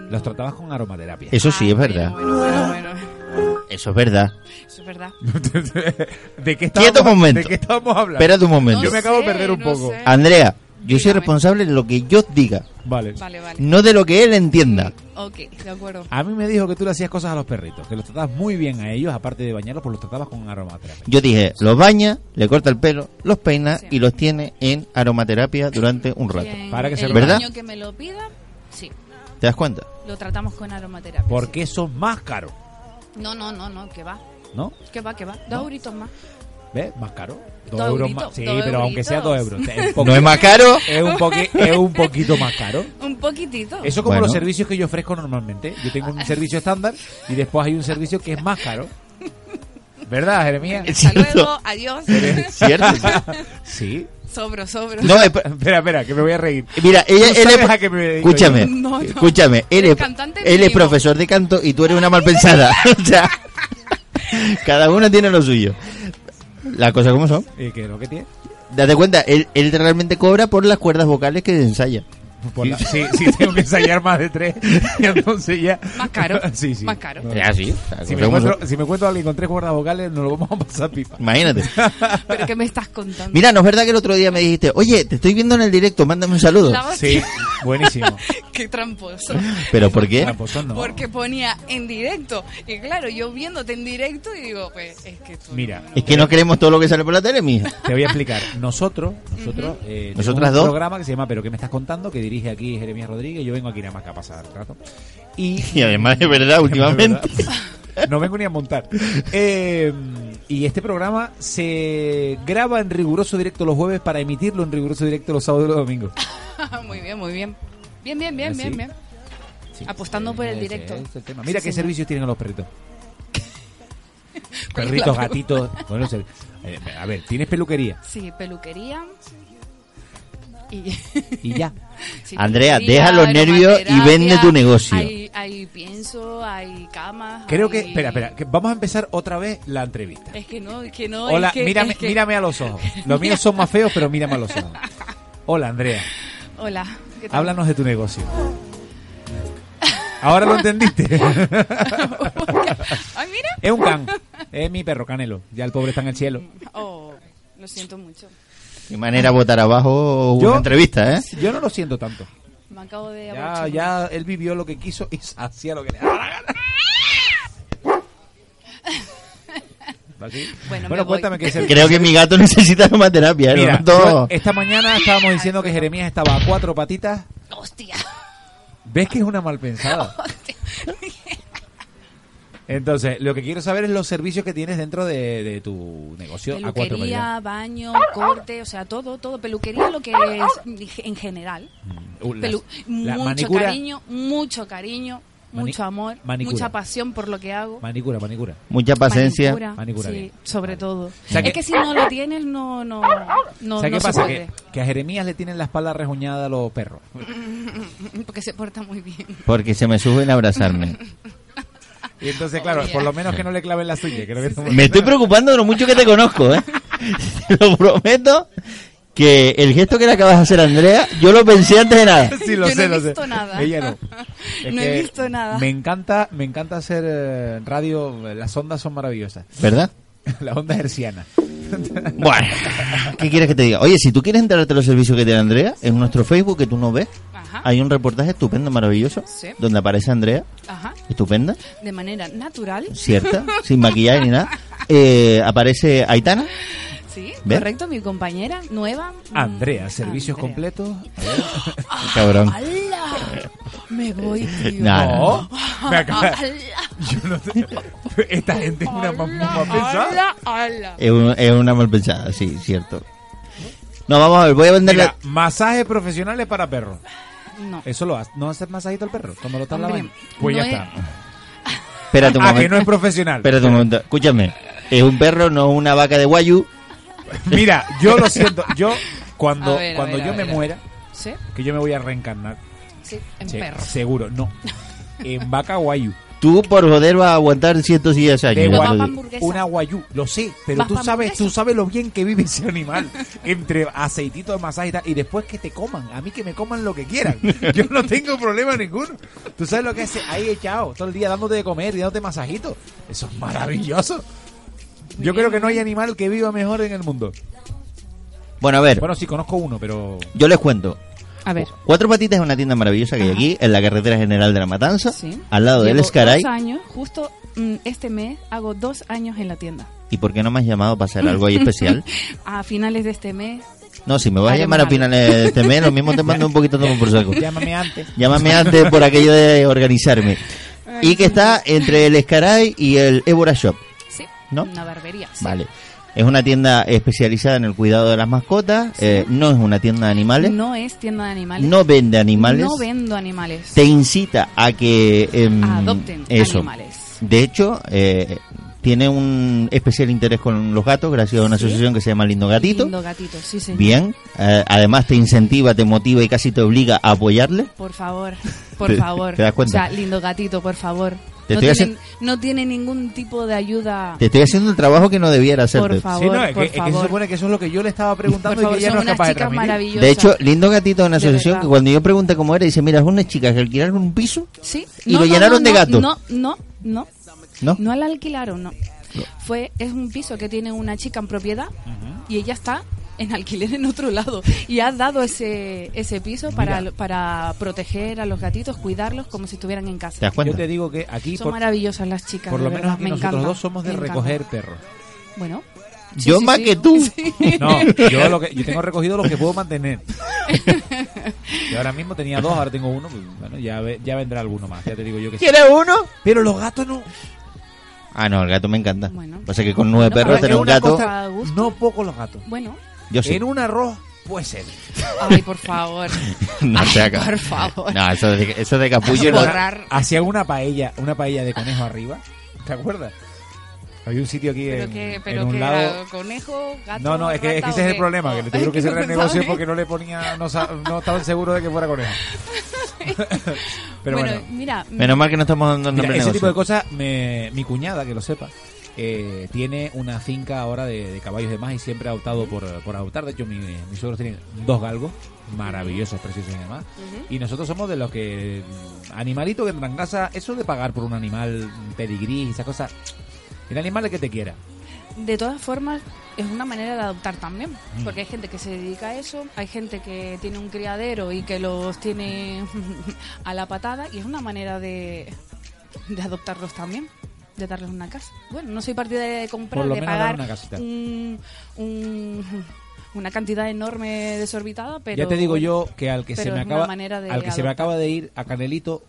Speaker 3: Los tratabas con aromaterapia.
Speaker 2: Eso sí,
Speaker 5: Ah,
Speaker 2: es verdad.
Speaker 5: Bueno, bueno, bueno, bueno.
Speaker 2: Eso es verdad.
Speaker 5: Eso es verdad.
Speaker 3: ¿De qué
Speaker 2: Quieto
Speaker 3: estábamos,
Speaker 2: momento.
Speaker 3: ¿de qué estábamos hablando?
Speaker 2: Espérate un
Speaker 5: No
Speaker 2: momento.
Speaker 3: Yo me acabo de
Speaker 5: sé,
Speaker 3: perder un
Speaker 5: no
Speaker 3: poco.
Speaker 5: sé.
Speaker 2: Andrea, yo soy
Speaker 5: Dígame.
Speaker 2: responsable de lo que yo diga,
Speaker 3: Vale.
Speaker 5: Vale, vale.
Speaker 2: no de lo que él entienda.
Speaker 5: Ok, de acuerdo.
Speaker 3: A mí me dijo que tú le hacías cosas a los perritos, que los tratabas muy bien a ellos, aparte de bañarlos, pues los tratabas con aromaterapia.
Speaker 2: Yo dije, los baña, le corta el pelo, los peina y los tiene en aromaterapia durante un rato.
Speaker 5: Bien.
Speaker 3: Para que se
Speaker 5: el
Speaker 2: lo- ¿Verdad?
Speaker 5: niño que me lo pida, sí.
Speaker 2: ¿Te das cuenta?
Speaker 5: Lo tratamos con aromaterapia.
Speaker 3: Porque eso es más caro,
Speaker 5: sí. No, no, no, no, que va.
Speaker 3: ¿no?
Speaker 5: Que va, que va. Dos euritos más.
Speaker 3: ¿Ves? Más caro. Dos,
Speaker 5: Dos
Speaker 3: euros
Speaker 5: euritos,
Speaker 3: más. Sí,
Speaker 5: dos
Speaker 3: pero aunque sea dos
Speaker 5: euritos.
Speaker 3: euros. Es, un poqui-
Speaker 2: ¿No es más caro?
Speaker 3: es un poqui- es un poquito más caro.
Speaker 5: Un poquitito.
Speaker 3: Eso como
Speaker 2: Bueno.
Speaker 3: los servicios que yo ofrezco normalmente. Yo tengo un servicio estándar y después hay un servicio que es más caro. ¿Verdad, Jeremías?
Speaker 5: Hasta
Speaker 2: ¿Cierto?
Speaker 5: luego, adiós.
Speaker 2: ¿Cierto?
Speaker 3: Sí.
Speaker 5: sobro, sobro.
Speaker 2: No, eh, pa-
Speaker 3: Espera, espera, que me voy a reír.
Speaker 2: mira, ella,
Speaker 3: Tú
Speaker 2: él
Speaker 3: sabes
Speaker 2: es-
Speaker 3: a qué me dedico
Speaker 2: escúchame,
Speaker 5: No, no.
Speaker 2: escúchame, él
Speaker 5: Eres
Speaker 2: es,
Speaker 5: cantante en
Speaker 2: él es
Speaker 5: vivo.
Speaker 2: profesor de canto y tú eres una malpensada. o sea, cada uno tiene lo suyo. Las cosas como son.
Speaker 3: yo. ¿Y Eh, qué es lo que tiene?
Speaker 2: Date cuenta, él, él realmente cobra por las cuerdas vocales que ensaya.
Speaker 3: Por Pues la- sí, sí, tengo que ensayar más de tres. Y entonces ya.
Speaker 5: Más caro,
Speaker 3: Sí, sí.
Speaker 5: más caro.
Speaker 3: No.
Speaker 2: Es así. o sea,
Speaker 3: Si
Speaker 2: cosas
Speaker 3: me,
Speaker 2: como son.
Speaker 3: encuentro, si me encuentro a alguien con tres cuerdas vocales, nos lo vamos a pasar pipa.
Speaker 2: Imagínate.
Speaker 5: ¿Pero qué me estás contando?
Speaker 2: Mira, no es verdad que el otro día me dijiste, oye, te estoy viendo en el directo, mándame un saludo.
Speaker 5: La
Speaker 3: Sí,
Speaker 5: hostia.
Speaker 3: buenísimo.
Speaker 5: Qué tramposo.
Speaker 2: ¿Pero Ah, por qué?
Speaker 3: Tramposo no.
Speaker 5: Porque ponía en directo. Y claro, yo viéndote en directo y digo, pues es que tú.
Speaker 3: Mira.
Speaker 2: Es que no queremos todo lo que sale por la tele, mija.
Speaker 3: Te voy a explicar. Nosotros, nosotros, eh, tenemos
Speaker 2: Nosotras
Speaker 3: un
Speaker 2: dos.
Speaker 3: programa que se llama Pero qué me estás contando, que dirige aquí Jeremías Rodríguez. Yo vengo aquí nada más que a pasar el rato. Y,
Speaker 2: Y además es verdad, últimamente.
Speaker 3: No vengo ni a montar. Eh, y este programa se graba en riguroso directo los jueves para emitirlo en riguroso directo los sábados y los domingos.
Speaker 5: Ah, muy bien, muy bien. Bien, bien, bien,
Speaker 3: ¿Ah, Sí.
Speaker 5: bien, bien.
Speaker 3: Sí.
Speaker 5: Apostando por el
Speaker 3: Ese
Speaker 5: directo.
Speaker 3: es el tema. Mira
Speaker 5: Sí,
Speaker 3: qué
Speaker 5: señor.
Speaker 3: servicios tienen los perritos.
Speaker 5: ¿Cuál es
Speaker 3: Perritos,
Speaker 5: la pregunta?
Speaker 3: gatitos. Bueno, se- eh, a ver, tienes peluquería
Speaker 5: Sí, peluquería. Y,
Speaker 3: y ya.
Speaker 5: sí,
Speaker 2: Andrea,
Speaker 5: peluquería,
Speaker 2: deja los nervios y vende tu
Speaker 5: aromaterapia,
Speaker 2: negocio.
Speaker 5: Hay, hay pienso, hay camas.
Speaker 3: Creo que,
Speaker 5: hay-
Speaker 3: espera, espera, que vamos a empezar otra vez la entrevista.
Speaker 5: Es que no, es que no.
Speaker 3: Hola,
Speaker 5: es que-
Speaker 3: mírame,
Speaker 5: es que-
Speaker 3: mírame a los ojos. Los míos son más feos, pero mírame a los ojos. Hola, Andrea.
Speaker 5: Hola. ¿qué tal?
Speaker 3: Háblanos de tu negocio. Ahora lo entendiste.
Speaker 5: Ay, mira.
Speaker 3: es un can. Es mi perro Canelo. Ya el pobre está en el cielo.
Speaker 5: Oh, lo siento mucho.
Speaker 2: Qué manera botar abajo una
Speaker 3: Yo-
Speaker 2: entrevista, ¿eh?
Speaker 3: Yo no lo siento tanto.
Speaker 5: Me acabo de
Speaker 3: Ya,
Speaker 5: abrochar.
Speaker 3: ya él vivió lo que quiso y hacía lo que le daba la gana. Así.
Speaker 5: Bueno,
Speaker 3: Bueno,
Speaker 5: me voy.
Speaker 3: cuéntame qué es el-
Speaker 2: Creo que mi gato necesita más terapia, ¿eh? Lo
Speaker 3: Mira,
Speaker 2: noto-
Speaker 3: yo- esta mañana estábamos diciendo que Jeremías estaba a cuatro patitas.
Speaker 5: Hostia.
Speaker 3: ¿Ves que es una mal pensada? Entonces, lo que quiero saber es los servicios que tienes dentro de, de tu negocio a cuatro patitas.
Speaker 5: Peluquería, baño, corte, o sea, todo, todo. Peluquería lo que es en general.
Speaker 3: Uh, las-
Speaker 5: Pelu-
Speaker 3: la
Speaker 5: mucho
Speaker 3: manicura,
Speaker 5: cariño, mucho cariño,
Speaker 3: Mani-
Speaker 5: mucho amor,
Speaker 3: manicura.
Speaker 5: mucha pasión por lo que hago.
Speaker 3: manicura, manicura.
Speaker 2: Mucha paciencia.
Speaker 5: Manicura,
Speaker 3: Manicura,
Speaker 5: sí,
Speaker 3: bien.
Speaker 5: sobre todo.
Speaker 3: sea que-
Speaker 5: es que si no lo tienes, no, no, no,
Speaker 3: ¿Sabes
Speaker 5: no
Speaker 3: qué
Speaker 5: se
Speaker 3: pasa?
Speaker 5: puede,
Speaker 3: Que, que a Jeremías le tienen la espalda rejuñada a los perros.
Speaker 5: porque se porta muy bien.
Speaker 2: Porque se me suben a abrazarme.
Speaker 3: Y entonces, claro, por lo menos que no le claven la suya. Creo que estamos-
Speaker 2: Me estoy preocupando de lo mucho que te conozco, ¿eh? Te lo prometo que el gesto que le acabas de hacer a Andrea, yo lo pensé antes de nada.
Speaker 3: Sí, lo
Speaker 5: Yo no
Speaker 3: sé,
Speaker 5: he
Speaker 3: lo
Speaker 5: visto
Speaker 3: sé.
Speaker 5: nada.
Speaker 3: Ella no.
Speaker 5: No he visto nada.
Speaker 3: Me encanta, me encanta hacer eh, radio. Las ondas son maravillosas.
Speaker 2: ¿Verdad?
Speaker 3: La onda herciana.
Speaker 2: Bueno, ¿qué quieres que te diga? Oye, si tú quieres enterarte de los servicios que tiene Andrea, en nuestro Facebook que tú no ves,
Speaker 5: Ajá.
Speaker 2: hay un reportaje estupendo, maravilloso,
Speaker 5: Sí.
Speaker 2: donde aparece Andrea,
Speaker 5: Ajá,
Speaker 2: estupenda,
Speaker 5: de manera natural,
Speaker 2: cierta, sin maquillaje ni nada. Eh, aparece Aitana,
Speaker 5: sí,
Speaker 2: ¿Ves?
Speaker 5: correcto, mi compañera nueva. mm,
Speaker 3: Andrea, servicios
Speaker 5: Andrea.
Speaker 3: completos. Ah.
Speaker 2: cabrón.
Speaker 5: ¡Hala! Me voy, tío.
Speaker 2: Nah,
Speaker 3: No. Me acaba-
Speaker 5: ¡Hala!
Speaker 3: Yo no sé. Esta gente es una
Speaker 5: ¡Hala!
Speaker 3: mamá pensada.
Speaker 5: ¡Hala! ¡Hala!
Speaker 2: Es, un- es una mal pensada, sí, cierto. No, vamos a ver, voy a venderle...
Speaker 3: Mira, masajes profesionales para perros.
Speaker 5: No.
Speaker 3: Eso lo hace. No hacer masajito al perro. Cuando lo estás
Speaker 5: Hombre,
Speaker 3: lavando. Pues ya
Speaker 5: no
Speaker 3: está.
Speaker 2: Espérate un
Speaker 3: Ah, que
Speaker 2: momento.
Speaker 3: no es profesional.
Speaker 2: Espérate un momento, escúchame. Es un perro, no una vaca de guayu.
Speaker 3: Mira, yo lo siento. Yo,
Speaker 5: A
Speaker 3: cuando,
Speaker 5: ver, a
Speaker 3: cuando
Speaker 5: ver,
Speaker 3: yo
Speaker 5: a
Speaker 3: me
Speaker 5: ver.
Speaker 3: muera,
Speaker 5: Sí,
Speaker 3: que yo me voy a reencarnar.
Speaker 5: sí, en
Speaker 3: Sí,
Speaker 5: perro.
Speaker 3: Seguro, no. En vaca guayú.
Speaker 2: Tú por joder vas a aguantar 110 años.
Speaker 3: De
Speaker 2: ya te
Speaker 5: guapa
Speaker 2: lo
Speaker 5: pa'
Speaker 2: digo.
Speaker 5: hamburguesa.
Speaker 3: Una guayú, lo sé, pero
Speaker 5: Más
Speaker 3: tú
Speaker 5: pa'
Speaker 3: sabes, tú
Speaker 5: hamburguesa.
Speaker 3: sabes lo bien que vive ese animal. Entre aceitito de masaje y tal, y después que te coman, a mí que me coman lo que quieran. Yo no tengo problema ninguno. Tú sabes lo que hace ahí echado, todo el día dándote de comer y dándote masajitos. Eso es maravilloso. Yo creo que no hay animal que viva mejor en el mundo.
Speaker 2: Bueno, a ver,
Speaker 3: Bueno, sí, conozco uno, pero.
Speaker 2: yo les cuento.
Speaker 5: A ver.
Speaker 2: Cuatro Patitas es una tienda maravillosa que hay aquí, en la carretera general de La Matanza,
Speaker 5: Sí.
Speaker 2: al lado del
Speaker 5: Llevo
Speaker 2: Escaray.
Speaker 5: Dos años, justo mm, este mes hago dos años en la tienda.
Speaker 2: ¿Y por qué no me has llamado para hacer algo ahí especial?
Speaker 5: A finales de este mes.
Speaker 2: No, si me vas a
Speaker 5: Haremos
Speaker 2: llamar a
Speaker 5: algo.
Speaker 2: finales de este mes, lo mismo te mando un poquito todo por saco.
Speaker 3: Llámame antes.
Speaker 2: Llámame antes por aquello de organizarme. Y que está entre el Escaray y el Évora Shop.
Speaker 5: Sí.
Speaker 2: ¿No?
Speaker 5: Una barbería. sí.
Speaker 2: Vale. Es una tienda especializada en el cuidado de las mascotas. eh, no es una tienda de animales. No,
Speaker 5: No es tienda de animales.
Speaker 2: vende animales.
Speaker 5: No vendo animales.
Speaker 2: te incita a que em,
Speaker 5: Adopten
Speaker 2: eso.
Speaker 5: animales.
Speaker 2: De hecho, eh, tiene un especial interés con los gatos, gracias a una
Speaker 5: Sí.
Speaker 2: asociación que se llama Lindo Gatito.
Speaker 5: Lindo gatito, sí, señor.
Speaker 2: Bien, eh, además te incentiva, te motiva y casi te obliga a apoyarle.
Speaker 5: Por favor, por
Speaker 2: Te-
Speaker 5: favor.
Speaker 2: te das cuenta.
Speaker 5: O sea, lindo gatito, por favor.
Speaker 2: Te
Speaker 5: no,
Speaker 2: estoy
Speaker 5: tiene,
Speaker 2: haciendo-
Speaker 5: no tiene ningún tipo de ayuda.
Speaker 2: Te estoy haciendo el trabajo que no debiera
Speaker 5: Por
Speaker 2: hacerte.
Speaker 5: favor,
Speaker 3: Sí, no, es que,
Speaker 5: por
Speaker 3: es que se
Speaker 5: favor.
Speaker 3: supone que eso es lo que yo le estaba preguntando
Speaker 5: por favor,
Speaker 3: y que ella
Speaker 5: son
Speaker 3: no es
Speaker 5: unas
Speaker 3: capaz de
Speaker 5: chicas
Speaker 3: transmitir.
Speaker 5: maravillosas.
Speaker 2: De hecho, Lindo Gatito es una
Speaker 5: De
Speaker 2: asociación
Speaker 5: verdad.
Speaker 2: que cuando yo pregunté cómo era, dice, mira, es unas chicas que alquilaron un piso
Speaker 5: Sí.
Speaker 2: y
Speaker 5: No,
Speaker 2: lo
Speaker 5: no,
Speaker 2: llenaron de
Speaker 5: no, no,
Speaker 2: gatos.
Speaker 5: No, no, no.
Speaker 2: ¿No?
Speaker 5: No la alquilaron, no. Fue, es un piso que tiene una chica en propiedad y ella está en alquiler en otro lado y ha dado ese, ese piso para,
Speaker 3: Mira.
Speaker 5: para proteger a los gatitos, cuidarlos como si estuvieran en casa.
Speaker 2: ¿Te das
Speaker 3: Yo
Speaker 2: cuenta?
Speaker 3: te digo que aquí,
Speaker 5: Son
Speaker 3: por,
Speaker 5: maravillosas las chicas.
Speaker 3: por
Speaker 5: de
Speaker 3: lo menos
Speaker 5: verdad,
Speaker 3: aquí
Speaker 5: me
Speaker 3: nosotros
Speaker 5: encanta,
Speaker 3: dos somos de
Speaker 5: me encanta.
Speaker 3: recoger perros.
Speaker 5: Bueno. sí,
Speaker 2: Yo
Speaker 5: sí,
Speaker 2: más
Speaker 5: sí.
Speaker 2: que tú.
Speaker 5: Sí.
Speaker 3: No, yo, lo que, yo tengo recogido los que puedo mantener. Yo ahora mismo tenía dos, ahora tengo uno. pues, bueno, ya, ve- ya vendrá alguno más, ya te digo yo que sí.
Speaker 2: ¿Quieres uno?
Speaker 3: Pero los gatos no.
Speaker 2: Ah, no, el gato me encanta.
Speaker 5: Bueno.
Speaker 2: Pasa que con nueve
Speaker 5: Bueno,
Speaker 2: perros
Speaker 5: pero
Speaker 2: tener
Speaker 5: es
Speaker 2: un
Speaker 5: una
Speaker 2: gato,
Speaker 5: cosa- A gusto.
Speaker 3: No poco los gatos.
Speaker 5: Bueno.
Speaker 2: yo sí.
Speaker 3: En un arroz, puede ser.
Speaker 5: Ay, por favor.
Speaker 2: No
Speaker 5: Ay,
Speaker 2: sea ca-
Speaker 5: por favor.
Speaker 2: No, eso de, eso de capullo.
Speaker 5: Por-
Speaker 2: no-
Speaker 5: Borrar.
Speaker 3: Hacían una paella, una paella de conejo arriba. ¿Te acuerdas? Había un sitio aquí
Speaker 5: Pero
Speaker 3: en,
Speaker 5: que,
Speaker 3: en
Speaker 5: pero
Speaker 3: un
Speaker 5: que
Speaker 3: lado.
Speaker 5: era conejo, gato.
Speaker 3: No, no, es que, es que
Speaker 5: rata,
Speaker 3: ese
Speaker 5: ¿o
Speaker 3: es el
Speaker 5: qué?
Speaker 3: problema, que le tuvieron que
Speaker 5: Ay,
Speaker 3: cerrar el
Speaker 5: pensaba
Speaker 3: negocio
Speaker 5: que-
Speaker 3: porque no le ponía, no, sa- no estaban seguros de que fuera conejo. Pero bueno,
Speaker 5: mira.
Speaker 2: Menos mal que no estamos dando el
Speaker 3: Mira,
Speaker 2: nombre de
Speaker 3: ese tipo
Speaker 2: negocio.
Speaker 3: de cosas, me- mi cuñada, que lo sepa, eh, tiene una finca ahora de, de caballos de más y siempre ha optado por, por adoptar. De hecho, mi- mis suegros tienen dos galgos maravillosos, preciosos y demás. Y nosotros somos de los que, mm, animalito que entra en casa, eso de pagar por un animal pedigrí y esas cosas, el animal es que te quiera.
Speaker 5: De todas formas, es una manera de adoptar también.
Speaker 3: Mm.
Speaker 5: Porque hay gente que se dedica a eso, hay gente que tiene un criadero y que los tiene a la patada, y es una manera de, de adoptarlos también. De darles una casa. Bueno, no soy partidaria de comprar,
Speaker 3: Por lo
Speaker 5: de
Speaker 3: menos
Speaker 5: pagar
Speaker 3: dar una casita.
Speaker 5: un- un- una cantidad enorme desorbitada, pero.
Speaker 3: ya te digo yo que al que se
Speaker 5: pero
Speaker 3: me
Speaker 5: es una
Speaker 3: acaba al que
Speaker 5: manera de
Speaker 3: se me
Speaker 5: adoptar.
Speaker 3: acaba de ir a Canelito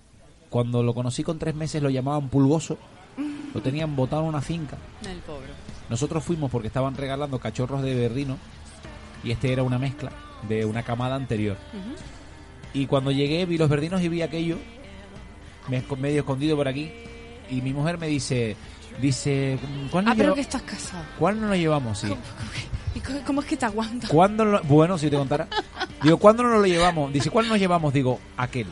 Speaker 3: cuando lo conocí con tres meses lo llamaban pulgoso lo tenían botado en una finca
Speaker 5: El pobre.
Speaker 3: Nosotros fuimos porque estaban regalando cachorros de berrino y este era una mezcla de una camada anterior.
Speaker 5: Ujú.
Speaker 3: Y cuando llegué vi los verdinos y vi aquello me esco- medio escondido por aquí y mi mujer me dice dice ¿cuál
Speaker 5: Ah,
Speaker 3: nos,
Speaker 5: pero
Speaker 3: lleva-
Speaker 5: que estás casado.
Speaker 3: cuál no nos llevamos? Sí.
Speaker 5: ¿Cómo, cómo que- y cómo- cómo es que te aguantas?
Speaker 3: ¿Cuándo no- bueno, si te contara. Digo, ¿cuándo no lo llevamos? Dice, ¿cuál nos llevamos? Digo, aquel.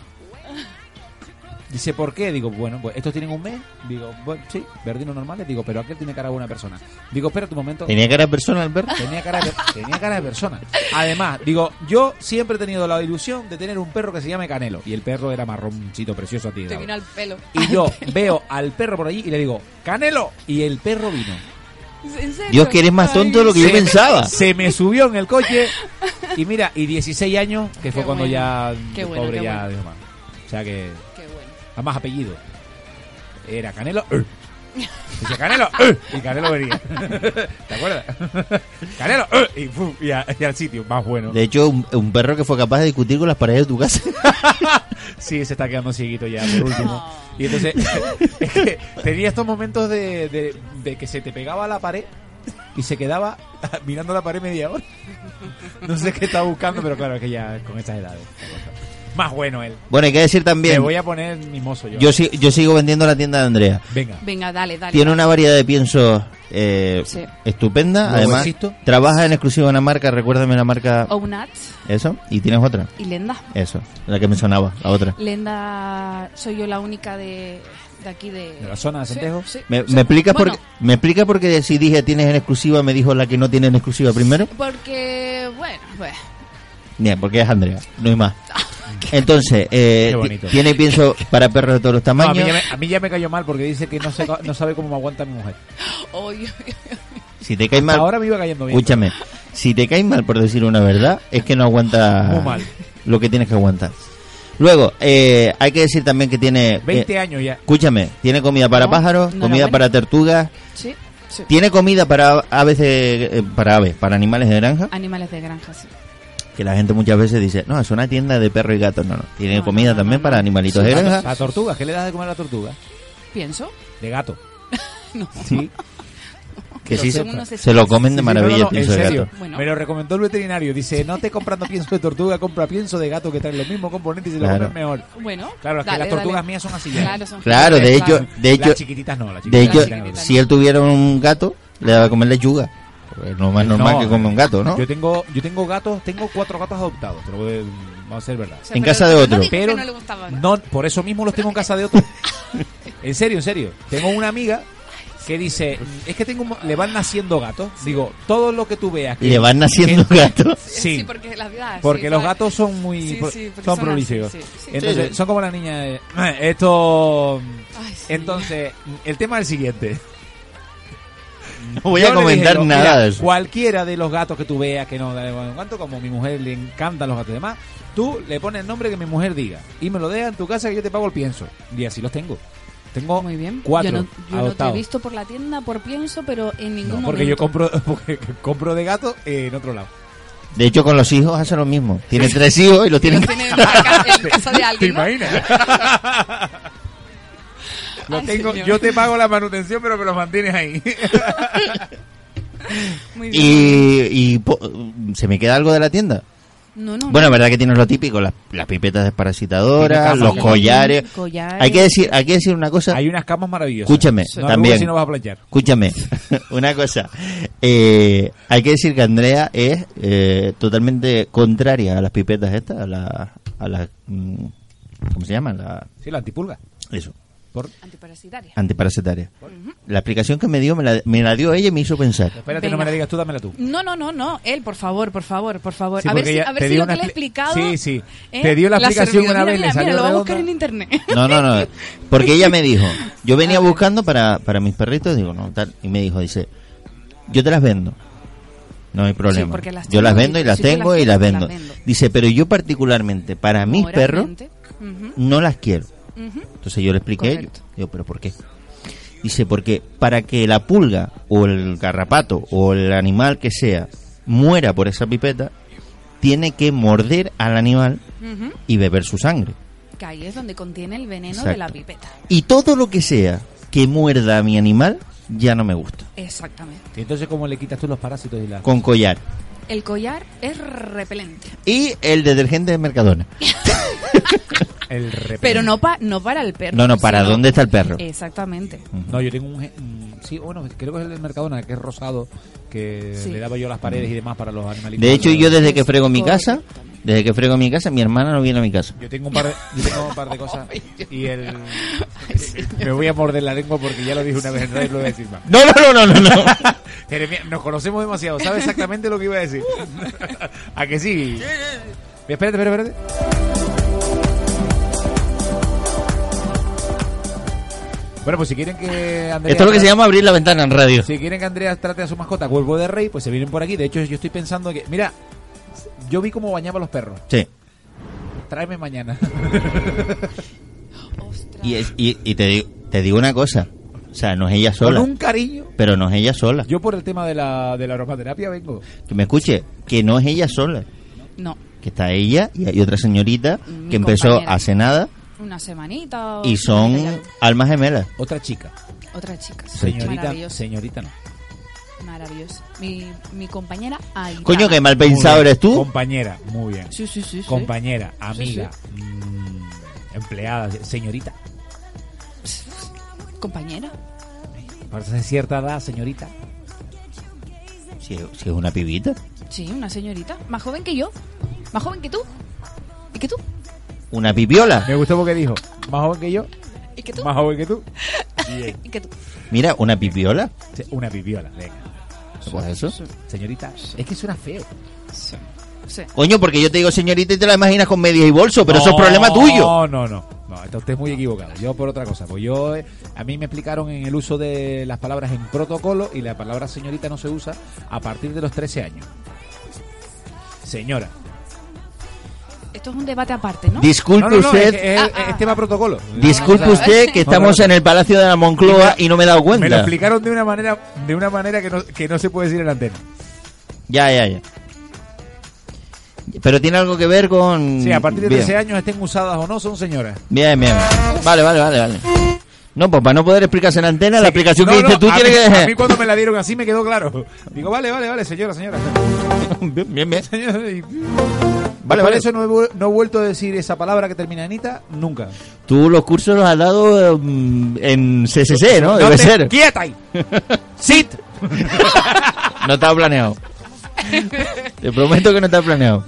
Speaker 3: Dice, ¿por qué? Digo, bueno, pues estos tienen un mes. Digo, bueno, sí, verdinos normales. Digo, pero aquel tiene cara de buena persona. Digo, espera un momento.
Speaker 2: Tenía cara de persona al ver.
Speaker 3: Tenía cara, de, tenía cara de persona. Además, digo, yo siempre he tenido la ilusión de tener un perro que se llame Canelo. Y el perro era marroncito, precioso, tío.
Speaker 5: Te vino al pelo.
Speaker 3: Y yo veo al perro por allí y le digo, ¡Canelo! Y el perro vino.
Speaker 5: ¿En serio?
Speaker 2: Dios, que eres más
Speaker 5: Ay,
Speaker 2: tonto de lo que yo
Speaker 3: Sí.
Speaker 2: pensaba.
Speaker 3: Se me subió en el coche. Y mira, y 16 años, que fue
Speaker 5: Qué
Speaker 3: cuando
Speaker 5: bueno.
Speaker 3: ya.
Speaker 5: Qué
Speaker 3: el
Speaker 5: bueno,
Speaker 3: pobre
Speaker 5: qué
Speaker 3: ya.
Speaker 5: bueno.
Speaker 3: dijo, "Man". O sea que.
Speaker 5: Qué bueno.
Speaker 3: Además, apellido. Era Canelo. eh. Dice Canelo. eh, Y Canelo venía. ¿Te acuerdas? Canelo. eh, Y, ¡fum! y a- y al sitio. Más bueno.
Speaker 2: De hecho, un, un perro que fue capaz de discutir con las paredes de tu casa.
Speaker 3: Sí, se está quedando cieguito ya, por último.
Speaker 5: Oh.
Speaker 3: Y entonces, es que tenía estos momentos de, de- de que se te pegaba a la pared y se quedaba mirando la pared media hora. No sé qué estaba buscando, pero claro, es que ya con estas edades. Más bueno él.
Speaker 2: Bueno, hay que decir
Speaker 3: Me
Speaker 2: también,
Speaker 3: voy a poner mimoso yo.
Speaker 2: yo, si- yo sigo vendiendo la tienda de Andrea.
Speaker 3: Venga.
Speaker 5: Venga, dale, dale.
Speaker 2: Tiene una variedad de piensos eh,
Speaker 5: Sí.
Speaker 2: estupenda.
Speaker 3: Luego
Speaker 2: Además,
Speaker 3: existo.
Speaker 2: trabaja en exclusiva una marca, recuérdame la marca.
Speaker 3: Oh.
Speaker 5: Ounat
Speaker 2: Eso. Y tienes otra.
Speaker 5: y Lenda.
Speaker 2: Eso. La que me sonaba, la otra.
Speaker 5: Lenda, soy yo la única de, de aquí de...
Speaker 3: ¿De la zona de Santejo?
Speaker 5: Sí, sí.
Speaker 2: ¿Me,
Speaker 5: Sí.
Speaker 2: me explicas por,
Speaker 5: Bueno,
Speaker 2: ¿Me explicas por qué si dije tienes en exclusiva me dijo la que no tiene en exclusiva primero?
Speaker 5: Porque, bueno, bueno.
Speaker 2: Bien, porque es Andrea, no hay más. Entonces, eh,
Speaker 3: Qué bonito.
Speaker 2: ti- tiene pienso para perros de todos los
Speaker 3: No, a, mí
Speaker 2: tamaños.
Speaker 3: ya me, a mí ya me cayó mal porque dice que no, sé, no sabe cómo me aguanta mi mujer.
Speaker 5: Hoy-
Speaker 2: Si te cae mal,
Speaker 3: Ahora me iba cayendo bien.
Speaker 2: escúchame. Si te cae mal, por decir una verdad, es que no aguanta
Speaker 3: Muy mal.
Speaker 2: lo que tienes que aguantar. Luego, eh, hay que decir también que tiene... eh,
Speaker 3: 20 años ya.
Speaker 2: escúchame, tiene comida para
Speaker 5: No,
Speaker 2: pájaros,
Speaker 5: no
Speaker 2: comida
Speaker 5: era
Speaker 2: para tortugas,
Speaker 5: sí, sí.
Speaker 2: tiene comida para aves, de- eh, para aves, para animales de granja.
Speaker 5: Animales de granja, sí.
Speaker 2: que la gente muchas veces dice, no, es una tienda de perro y gatos. No, no. Tiene
Speaker 5: No,
Speaker 2: comida
Speaker 5: no, no,
Speaker 2: también
Speaker 5: no.
Speaker 2: para animalitos de granja.
Speaker 3: La tortuga, ¿qué le das de comer a la tortuga?
Speaker 5: Pienso.
Speaker 3: De gato.
Speaker 5: No.
Speaker 3: Sí.
Speaker 2: Que sí, se,
Speaker 5: según nos
Speaker 2: se lo comen
Speaker 3: Sí,
Speaker 2: de
Speaker 3: sí,
Speaker 2: maravilla
Speaker 3: no, no,
Speaker 2: el pienso
Speaker 3: en
Speaker 2: de
Speaker 3: serio.
Speaker 2: gato.
Speaker 5: Bueno.
Speaker 3: Me lo recomendó el veterinario. Dice, no te comprando pienso de tortuga, compra pienso de gato que trae los mismos componentes y se
Speaker 2: Claro.
Speaker 3: lo comes mejor.
Speaker 5: Bueno,
Speaker 3: Claro, es que
Speaker 5: dale,
Speaker 3: las tortugas
Speaker 5: dale.
Speaker 3: mías son así. ¿eh?
Speaker 5: Claro, son
Speaker 2: Claro, de
Speaker 5: gigantes,
Speaker 2: hecho,
Speaker 5: claro.
Speaker 2: de hecho,
Speaker 3: las chiquititas no, las
Speaker 2: de
Speaker 3: chiquititas.
Speaker 2: hecho,
Speaker 5: chiquititas no.
Speaker 2: si él tuviera un gato, le daba a comer lechuga. Porque es lo más
Speaker 3: No.
Speaker 2: normal que come un gato, ¿no?
Speaker 3: Yo tengo, yo tengo gatos, tengo cuatro gatos adoptados, te lo voy a- vamos a ser verdad.
Speaker 5: O sea,
Speaker 2: en
Speaker 5: pero
Speaker 2: casa de
Speaker 5: no
Speaker 2: otro.
Speaker 5: dijo que
Speaker 3: Pero
Speaker 5: no le gustaba.
Speaker 3: no, por eso mismo los tengo en casa de otros. en serio, en serio. Tengo una amiga que dice, es que tengo un mo- le van naciendo gatos. Digo, todo lo que tú veas que
Speaker 2: Le van naciendo gatos.
Speaker 3: sí.
Speaker 5: porque las ah, sí,
Speaker 3: Porque los
Speaker 5: ¿sabes?
Speaker 3: gatos son muy
Speaker 5: Sí,
Speaker 3: pro-
Speaker 5: sí, porque
Speaker 3: son
Speaker 5: son
Speaker 3: prolíficos.
Speaker 5: así, sí, sí.
Speaker 3: Entonces,
Speaker 2: Sí, sí.
Speaker 3: son como la niña de esto
Speaker 5: Ay, sí.
Speaker 3: entonces, el tema es el siguiente.
Speaker 2: No voy
Speaker 3: Yo
Speaker 2: a
Speaker 3: le
Speaker 2: comentar
Speaker 3: dije, yo,
Speaker 2: nada
Speaker 3: mira,
Speaker 2: de eso.
Speaker 3: Cualquiera de los gatos que tú veas que no da igual en cuanto, como a mi mujer le encantan los gatos y demás, tú le pones el nombre que mi mujer diga y me lo deja en tu casa que yo te pago el pienso. Y así los tengo. Tengo
Speaker 5: Muy bien.
Speaker 3: cuatro
Speaker 5: yo no, yo no te he
Speaker 3: adoptados.
Speaker 5: visto por la tienda por pienso, pero en
Speaker 3: No,
Speaker 5: ningún
Speaker 3: porque yo
Speaker 5: momento.
Speaker 3: compro porque compro de gato eh, en otro lado.
Speaker 2: De hecho, con los hijos hace lo mismo. Tiene tres hijos y los tiene.
Speaker 5: Lo tienen en la ca- en casa de alguien. ¿no?
Speaker 3: Lo
Speaker 5: Ay,
Speaker 3: tengo,
Speaker 5: señor.
Speaker 3: yo te pago la manutención, pero me los mantienes ahí.
Speaker 5: Muy bien.
Speaker 2: Y, y po- se me queda algo de la tienda.
Speaker 5: No, no,
Speaker 2: Bueno, verdad que tienes lo típico, las, las pipetas
Speaker 3: Tiene
Speaker 2: desparasitadoras,
Speaker 3: camas
Speaker 2: los
Speaker 3: muy
Speaker 2: collares.
Speaker 5: collares.
Speaker 2: Hay que decir, hay que decir una cosa.
Speaker 3: Hay unas camas maravillosas.
Speaker 2: Escúchame,
Speaker 3: no
Speaker 2: también.
Speaker 3: Si no vas a planchar.
Speaker 2: Escúchame, una cosa. Eh, hay que decir que Andrea es eh, totalmente contraria a las pipetas estas, a las... A las, mm, ¿Cómo se llaman? La-
Speaker 3: Sí, la antipulga.
Speaker 2: eso,
Speaker 3: Por...
Speaker 5: Antiparasitaria.
Speaker 2: antiparasitaria. La explicación que me dio, me la, me la dio ella y me hizo pensar.
Speaker 3: Espérate,
Speaker 5: Venga.
Speaker 3: no me la digas tú, dámela tú.
Speaker 5: No, no, no, no. Él, por favor, por favor, por favor.
Speaker 3: Sí,
Speaker 5: a ver
Speaker 3: porque
Speaker 5: si,
Speaker 3: ya
Speaker 5: a ver
Speaker 3: te
Speaker 5: si
Speaker 3: dio
Speaker 5: lo que
Speaker 3: una
Speaker 5: le he
Speaker 3: expli-
Speaker 5: explicado.
Speaker 3: sí, sí. Te dio la
Speaker 5: le ha
Speaker 3: explicación
Speaker 5: servido.
Speaker 3: una
Speaker 5: Mira,
Speaker 3: vez, le
Speaker 5: mira,
Speaker 3: salió
Speaker 5: mira, lo va a
Speaker 3: redonda.
Speaker 5: buscar en internet.
Speaker 2: No, no, no. Porque ella me dijo, yo venía buscando para, para mis perritos, digo, no, tal. Y me dijo, dice, yo te las vendo. No hay
Speaker 5: Sí,
Speaker 2: problema.
Speaker 5: porque las
Speaker 2: yo las
Speaker 5: tengo,
Speaker 2: vendo y
Speaker 5: sí,
Speaker 2: las
Speaker 5: sí, tú las
Speaker 2: tengo y
Speaker 5: tienes,
Speaker 2: las
Speaker 5: te las
Speaker 2: vendo.
Speaker 5: vendo.
Speaker 2: Dice, pero yo particularmente, para mis perros,
Speaker 5: Moralmente. Ujú,
Speaker 2: no las quiero.
Speaker 5: ujú.
Speaker 2: Entonces yo le expliqué, yo,
Speaker 5: Correcto.
Speaker 2: digo, pero ¿por qué? Dice, porque para que la pulga o el garrapato o el animal que sea muera por esa pipeta, tiene que morder al animal
Speaker 5: Ujú.
Speaker 2: y beber su sangre.
Speaker 5: Que ahí es donde contiene el veneno
Speaker 2: Exacto.
Speaker 5: de la pipeta.
Speaker 2: Y todo lo que sea que muerda a mi animal, ya no me gusta.
Speaker 5: Exactamente.
Speaker 3: Y Entonces, ¿cómo le quitas tú los parásitos y la...
Speaker 2: Con collar.
Speaker 5: El collar es repelente.
Speaker 2: Y el detergente de Mercadona.
Speaker 3: El repelente?
Speaker 5: Pero no, pa- no para el perro.
Speaker 2: No, no, ¿para
Speaker 5: sino-
Speaker 2: dónde está el perro?
Speaker 5: Exactamente.
Speaker 3: No, yo tengo un... ge- un- Sí, bueno, creo que es el del Mercadona, que es rosado, que
Speaker 5: Sí.
Speaker 3: le daba yo a las paredes y demás para los animalitos.
Speaker 2: De hecho, yo desde que
Speaker 5: Sí,
Speaker 2: frego mi casa,
Speaker 5: correctamente.
Speaker 2: desde que frego mi casa, mi hermana no viene a mi casa.
Speaker 3: Yo tengo un par de, yo tengo un par de cosas y el... Me voy a morder la lengua porque ya lo dije una vez en radio y lo voy a decir más.
Speaker 2: No, no, no, no, no. no.
Speaker 3: Jeremia, nos conocemos demasiado, sabe exactamente lo que iba a decir. ¿A que sí? Espérate, espérate, espérate. Bueno, pues si quieren que Andrea...
Speaker 2: Esto es lo que se llama abrir la ventana en radio.
Speaker 3: Si quieren que Andrea trate a su mascota cuervo de rey, pues se vienen por aquí. De hecho, yo estoy pensando que... Mira, yo vi cómo bañaba a los perros.
Speaker 2: Sí.
Speaker 3: Tráeme mañana.
Speaker 5: Ostras.
Speaker 2: Y, es- y- y te, digo, te digo una cosa. O sea, no es ella sola.
Speaker 3: Con un cariño.
Speaker 2: Pero no es ella sola.
Speaker 3: Yo por el tema de la, de la aromaterapia vengo.
Speaker 2: Que me escuche, que no es ella sola.
Speaker 5: No,
Speaker 2: Que está ella y hay otra señorita
Speaker 5: Mi
Speaker 2: que empezó
Speaker 5: compañera. Oh,
Speaker 2: hace nada
Speaker 5: una semanita. o-
Speaker 2: y son almas gemelas.
Speaker 3: Otra chica.
Speaker 5: Otras chicas.
Speaker 3: Señorita,
Speaker 5: Maravilloso.
Speaker 3: señorita no.
Speaker 5: Maravilloso. Mi, mi compañera Aitana.
Speaker 2: Coño, qué mal
Speaker 3: Muy
Speaker 2: pensado
Speaker 3: bien.
Speaker 2: eres tú.
Speaker 3: Compañera, muy bien.
Speaker 5: Sí, sí, sí. sí.
Speaker 3: Compañera,
Speaker 5: Sí,
Speaker 3: amiga, mm, empleada, señorita.
Speaker 5: Compañera.
Speaker 3: Parece de cierta edad, señorita.
Speaker 2: Si, es- si es una pibita.
Speaker 5: Sí, una señorita. Más joven que yo. Más joven que tú. ¿Y que tú?
Speaker 2: Una pipiola.
Speaker 3: Me gustó porque dijo, más joven que yo,
Speaker 5: ¿Y que tú?
Speaker 3: más joven que tú.
Speaker 5: ¿Y que tú?
Speaker 2: Mira, una pipiola.
Speaker 3: Sí, Una pipiola, venga.
Speaker 2: Pues eso.
Speaker 3: Señorita, es que suena feo.
Speaker 5: Sí. Sí.
Speaker 2: Coño, porque yo te digo señorita y te la imaginas con medias y bolso, pero eso es
Speaker 3: No,
Speaker 2: problema tuyo.
Speaker 3: No, no, no. No, está usted muy equivocado. Yo por otra cosa, pues yo eh, a mí me explicaron en el uso de las palabras en protocolo y la palabra señorita no se usa a partir de los 13 años. Señora.
Speaker 5: Esto es un debate aparte, ¿no?
Speaker 2: Disculpe
Speaker 3: No, no, no, es,
Speaker 2: usted,
Speaker 3: que es-
Speaker 5: Ah, ah.
Speaker 3: es tema protocolo.
Speaker 2: disculpe
Speaker 5: no, no.
Speaker 2: usted que
Speaker 3: No,
Speaker 2: estamos
Speaker 3: no, no.
Speaker 2: en el Palacio de la Moncloa y no me he dado
Speaker 3: Me lo
Speaker 2: cuenta.
Speaker 3: explicaron de una manera, de una manera que, no, que no se puede decir en la antena.
Speaker 2: Ya, ya, ya. Pero tiene algo que ver con.
Speaker 3: Sí, a partir de
Speaker 2: Mm, Bien.
Speaker 3: 13 años estén usadas o no, son señoras.
Speaker 2: Bien, bien. Vale, vale, vale, vale. No, pues para no poder explicarse en antena, la explicación que
Speaker 3: No, no,
Speaker 2: dices tú
Speaker 3: a
Speaker 2: tiene
Speaker 3: mí-
Speaker 2: que...
Speaker 3: A mí cuando me la dieron así me quedó claro. Digo, vale, vale, vale, señora, señora.
Speaker 2: bien, bien, bien.
Speaker 3: Señora, y-
Speaker 2: Vale,
Speaker 3: Por
Speaker 2: vale.
Speaker 3: eso no he, vu- no he vuelto a decir esa palabra que termina en Anita nunca.
Speaker 2: Tú los cursos los has dado mm, en CCC, ¿no? Debe
Speaker 3: te-
Speaker 2: ser.
Speaker 3: ¡Quieta ahí! ¡Sit!
Speaker 2: No está planeado. Te prometo que no está planeado.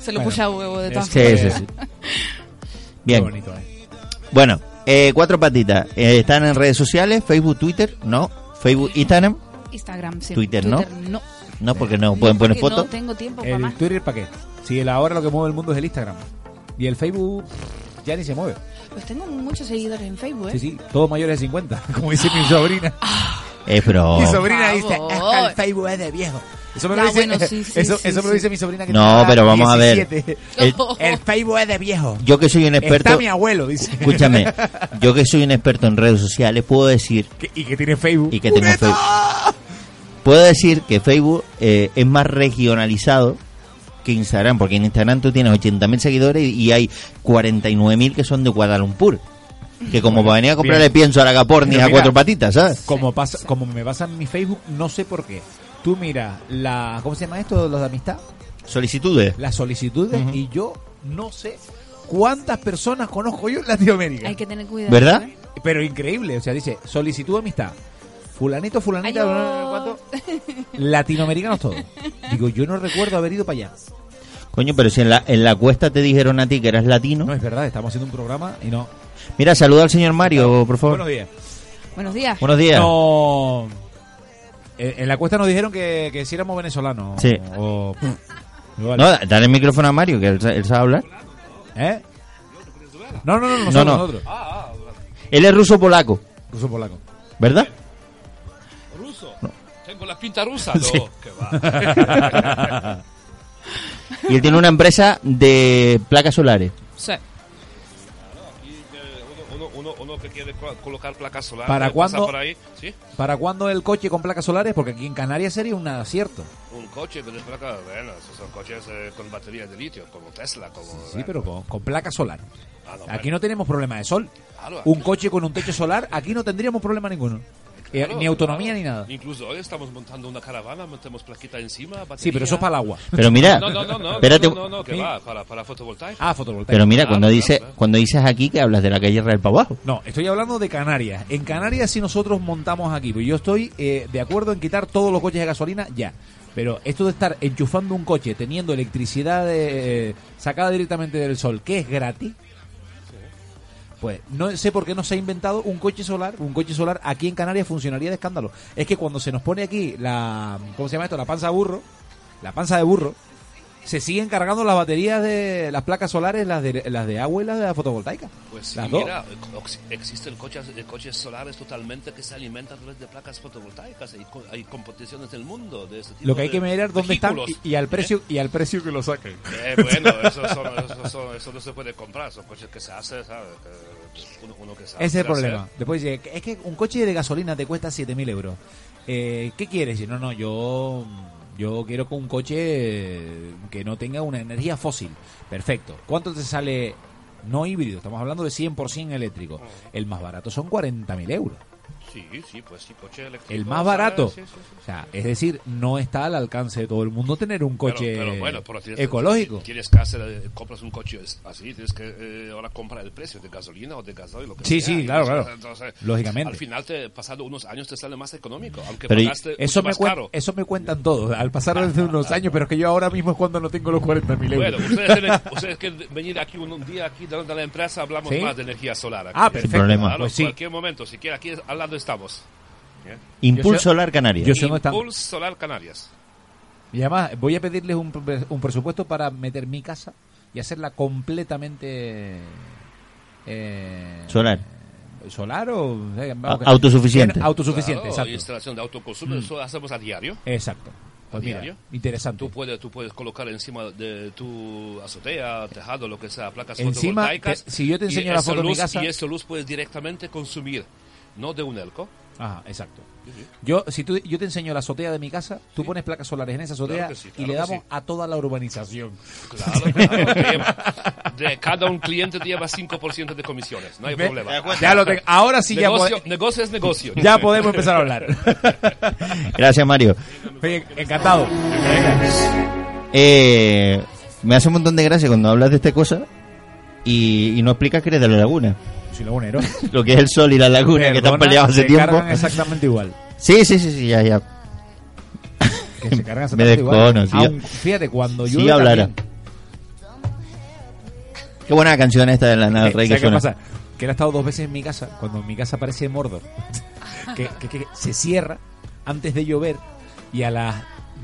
Speaker 5: Se lo puse a huevo de todas
Speaker 2: Sí, sí, sí.
Speaker 3: Qué
Speaker 2: Bien.
Speaker 3: bonito, eh.
Speaker 2: Bueno, eh, cuatro patitas. Eh, están en redes sociales, Facebook, Twitter, no. Facebook, Instagram,
Speaker 5: Instagram, sí.
Speaker 2: Twitter, ¿no?
Speaker 5: No.
Speaker 2: no, porque no pueden poner
Speaker 5: Porque
Speaker 2: fotos.
Speaker 5: No tengo tiempo para
Speaker 3: eh. ¿El
Speaker 5: más.
Speaker 3: Twitter para qué? Si el ahora lo que mueve el mundo es el Instagram. Y el Facebook ya ni se mueve.
Speaker 5: Pues tengo muchos seguidores en Facebook, ¿eh?
Speaker 3: Sí, sí, todos mayores de 50, como dice mi sobrina.
Speaker 2: Eh, pero...
Speaker 3: Mi sobrina
Speaker 5: Por
Speaker 3: dice,
Speaker 5: favor.
Speaker 3: "Es que el Facebook es de viejo. Eso me lo
Speaker 5: Ya,
Speaker 3: dice,
Speaker 5: bueno, sí, sí,
Speaker 3: eso,
Speaker 5: sí,
Speaker 3: eso me lo
Speaker 5: sí.
Speaker 3: dice mi sobrina que
Speaker 2: No,
Speaker 3: tiene ahora
Speaker 2: pero vamos a ver.
Speaker 3: 17.
Speaker 2: el-
Speaker 3: El Facebook es de viejo.
Speaker 2: yo que soy un
Speaker 3: Está
Speaker 2: experto...
Speaker 3: mi abuelo, dice.
Speaker 2: Escúchame, yo que soy un experto en redes sociales, puedo decir
Speaker 3: Que- y que tiene Facebook.
Speaker 2: y que tengo Facebook. Puedo decir que Facebook eh, es más regionalizado que Instagram, porque en Instagram tú tienes 80.000 seguidores y hay 49.000 que son de Kuala Lumpur. Que como para venir a comprarle
Speaker 3: bien.
Speaker 2: pienso a la Caporni
Speaker 3: Pero
Speaker 2: a
Speaker 3: mira.
Speaker 2: cuatro patitas, ¿sabes?
Speaker 3: Como, pasa, como me pasa en mi Facebook, no sé por qué. Tú mira, la, ¿cómo se llama esto? Los de amistad,
Speaker 2: Solicitudes.
Speaker 3: las solicitudes, y yo no sé cuántas personas conozco yo en Latinoamérica.
Speaker 5: Hay que tener cuidado.
Speaker 2: ¿Verdad?
Speaker 5: ¿eh?
Speaker 3: Pero increíble, o sea, dice solicitud de amistad. Fulanito, fulanita,
Speaker 5: Adiós.
Speaker 3: bla, bla, bla, ¿cuánto? Latinoamericanos todos. Digo, yo no recuerdo haber ido para allá.
Speaker 2: Coño, pero si en la, en la cuesta te dijeron a ti que eras
Speaker 3: No
Speaker 2: latino.
Speaker 3: es verdad, estamos haciendo un programa y no.
Speaker 2: Mira, saluda al señor Mario, por favor.
Speaker 3: Buenos días.
Speaker 5: Buenos días.
Speaker 2: Buenos días.
Speaker 3: No. Eh, En la cuesta nos dijeron que, que si éramos venezolanos.
Speaker 2: Sí.
Speaker 3: O- Vale.
Speaker 2: No, da- dale el micrófono a Mario, que él, sa- él sabe hablar.
Speaker 3: ¿Eh? No, no, no, nosotros,
Speaker 2: no.
Speaker 3: nosotros.
Speaker 2: Él es ruso polaco,
Speaker 3: Ruso polaco.
Speaker 2: ¿verdad?
Speaker 6: ruso. Tengo la pinta rusa,
Speaker 2: Sí.
Speaker 6: no. Que va.
Speaker 2: Y él tiene una empresa de placas solares.
Speaker 5: Sí.
Speaker 6: Aquí, eh, uno, uno- uno- uno que quiere co- colocar placas solares.
Speaker 3: ¿Para
Speaker 6: pasa
Speaker 3: cuándo?
Speaker 6: Por ahí, ¿sí?
Speaker 3: ¿Para cuándo el coche con placas solares? Porque aquí en Canarias sería un acierto.
Speaker 6: Un coche con placas, bueno, esos son coches eh, con baterías de litio, como Tesla, como...
Speaker 3: Sí, pero con, con placa solar.
Speaker 6: Ah, no,
Speaker 3: Aquí
Speaker 6: bueno.
Speaker 3: no tenemos problema de sol.
Speaker 6: Claro,
Speaker 3: Un coche con un techo solar, aquí no tendríamos problema ninguno. Eh,
Speaker 6: claro,
Speaker 3: Ni autonomía
Speaker 6: claro.
Speaker 3: ni nada.
Speaker 6: Incluso hoy estamos montando una caravana, montamos plaquita encima,
Speaker 3: Sí, pero eso es para el agua.
Speaker 2: Pero mira,
Speaker 6: No, no, no, no,
Speaker 2: espérate.
Speaker 6: no, no, no, que va, para, para fotovoltaica.
Speaker 3: Ah, fotovoltaico.
Speaker 2: Pero mira,
Speaker 6: Ah,
Speaker 2: cuando
Speaker 6: claro,
Speaker 2: dice,
Speaker 6: claro.
Speaker 2: cuando dices aquí que hablas de la calle Real para abajo.
Speaker 3: No, estoy hablando de Canarias. En Canarias sí nosotros montamos aquí, pero yo estoy eh, de acuerdo en quitar todos los coches de gasolina ya. Pero esto de estar enchufando un coche teniendo electricidad eh, sacada directamente del sol, que es gratis, pues no sé por qué no se ha inventado un coche solar. Un coche solar aquí en Canarias funcionaría de escándalo. Es que cuando se nos pone aquí la, ¿cómo se llama esto? La panza de burro, la panza de burro, se siguen cargando las baterías de las placas solares, las de, las de agua y las de la fotovoltaica.
Speaker 6: Pues sí,
Speaker 3: Las dos.
Speaker 6: mira, ox- existen coches, eh, coches solares totalmente que se alimentan a través de placas fotovoltaicas. Hay, co- hay competiciones del mundo de este tipo
Speaker 3: Lo que hay
Speaker 6: de
Speaker 3: que mirar dónde están
Speaker 6: vehículos.
Speaker 3: y, y al precio y al precio que lo saquen.
Speaker 6: Eh, bueno, eso, son- eso son- eso no se puede comprar, son coches que se hace, ¿sabes? Que uno, uno que sabe
Speaker 3: Ese es el
Speaker 6: hacer.
Speaker 3: problema. Después dice, es que un coche de gasolina te cuesta 7.000 euros. Eh, ¿Qué quieres? Y No, no, yo, yo quiero con un coche que no tenga una energía fósil. Perfecto. ¿Cuánto te sale no híbrido? Estamos hablando de 100%
Speaker 6: Oh.
Speaker 3: eléctrico. El más barato son 40.000 euros.
Speaker 6: Sí, sí, pues sí, coche eléctrico.
Speaker 3: El más
Speaker 6: ¿sabes?
Speaker 3: barato.
Speaker 6: Sí, sí, sí.
Speaker 3: O sea, es decir, no está al alcance de todo el mundo tener un
Speaker 6: Pero-
Speaker 3: coche
Speaker 6: pero bueno, pero tienes-
Speaker 3: ecológico.
Speaker 6: Tienes que hacer, eh, compras un coche así, tienes que eh, ahora comprar el precio de gasolina o de gasoil, lo que
Speaker 3: Sí,
Speaker 6: sea.
Speaker 3: sí, claro,
Speaker 6: Entonces,
Speaker 3: claro.
Speaker 6: entonces,
Speaker 3: Lógicamente.
Speaker 6: Al final, te, pasando unos años, te sale más económico, aunque
Speaker 2: Pero y-
Speaker 6: pagaste
Speaker 3: Eso
Speaker 6: mucho
Speaker 3: me,
Speaker 6: más
Speaker 3: cuen-
Speaker 6: caro.
Speaker 3: eso me cuentan todos, al pasar desde unos años, pero es que yo ahora mismo es cuando no tengo los 40.000 euros.
Speaker 6: Bueno, ustedes tienen, ustedes quieren venir aquí un, un día aquí delante de la empresa, hablamos
Speaker 3: ¿Sí?
Speaker 6: más de energía solar. aquí.
Speaker 3: ah, perfecto.
Speaker 2: problema.
Speaker 6: Claro,
Speaker 3: Pues sí.
Speaker 6: cualquier momento, si quiere, aquí al lado estamos.
Speaker 2: Impulso
Speaker 3: sé-
Speaker 2: Solar Canarias.
Speaker 3: yo sé- dónde están.
Speaker 6: Impulse Solar Canarias.
Speaker 3: Y además voy a pedirles un, pre- un presupuesto para meter mi casa y hacerla completamente... eh,
Speaker 2: Solar.
Speaker 3: ¿Solar o...? eh,
Speaker 2: A-
Speaker 3: vamos, que-
Speaker 2: autosuficiente.
Speaker 3: Bien, autosuficiente,
Speaker 6: Claro,
Speaker 3: exacto. Mm.
Speaker 6: Instalación de autoconsumo, eso hacemos a diario.
Speaker 3: Exacto. Pues mira,
Speaker 6: Diario.
Speaker 3: interesante.
Speaker 6: Tú puedes, tú puedes colocar encima de tu azotea, tejado, lo que sea, placas
Speaker 3: Encima,
Speaker 6: fotovoltaicas.
Speaker 3: te- si yo te
Speaker 6: y
Speaker 3: enseño la
Speaker 6: esa
Speaker 3: foto de mi
Speaker 6: luz-
Speaker 3: casa-
Speaker 6: Y esa luz puedes directamente consumir, no de un elco,
Speaker 3: Ajá, exacto.
Speaker 6: Sí, sí.
Speaker 3: Yo, si tú, yo te enseño la azotea de mi casa, tú pones placas solares en esa azotea
Speaker 6: Claro que sí, claro
Speaker 3: y le
Speaker 6: que
Speaker 3: damos
Speaker 6: sí.
Speaker 3: a toda la urbanización.
Speaker 6: Claro, claro. te lleva- De cada un cliente te lleva 5% de comisiones. No hay
Speaker 3: ¿Ve?
Speaker 6: problema.
Speaker 3: Ya lo tengo. Ahora sí ya,
Speaker 6: negocio,
Speaker 3: pode-
Speaker 6: negocio es negocio.
Speaker 3: ya podemos empezar a hablar.
Speaker 2: Gracias, Mario.
Speaker 3: Oye, Encantado.
Speaker 2: Eh, me hace un montón de gracia cuando hablas de esta cosa y, y no explicas que eres de la laguna.
Speaker 3: Soy lagunero.
Speaker 2: Lo que es el sol y la laguna, que están
Speaker 3: Perdona,
Speaker 2: peleados hace
Speaker 3: se
Speaker 2: tiempo.
Speaker 3: cargan exactamente igual.
Speaker 2: Sí, sí, sí, sí, ya, ya.
Speaker 3: Que se cargan
Speaker 2: Me
Speaker 3: exactamente igual.
Speaker 2: descono, sí.
Speaker 3: Aun- fíjate, cuando Eh,
Speaker 2: Sí,
Speaker 3: yo
Speaker 2: hablara. Qué buena canción esta de Lana del Rey que
Speaker 3: ¿Sabes
Speaker 2: suena.
Speaker 3: qué pasa? Que él ha estado dos veces en mi casa, cuando mi casa parece Mordor. que, que- que se cierra antes de llover y a las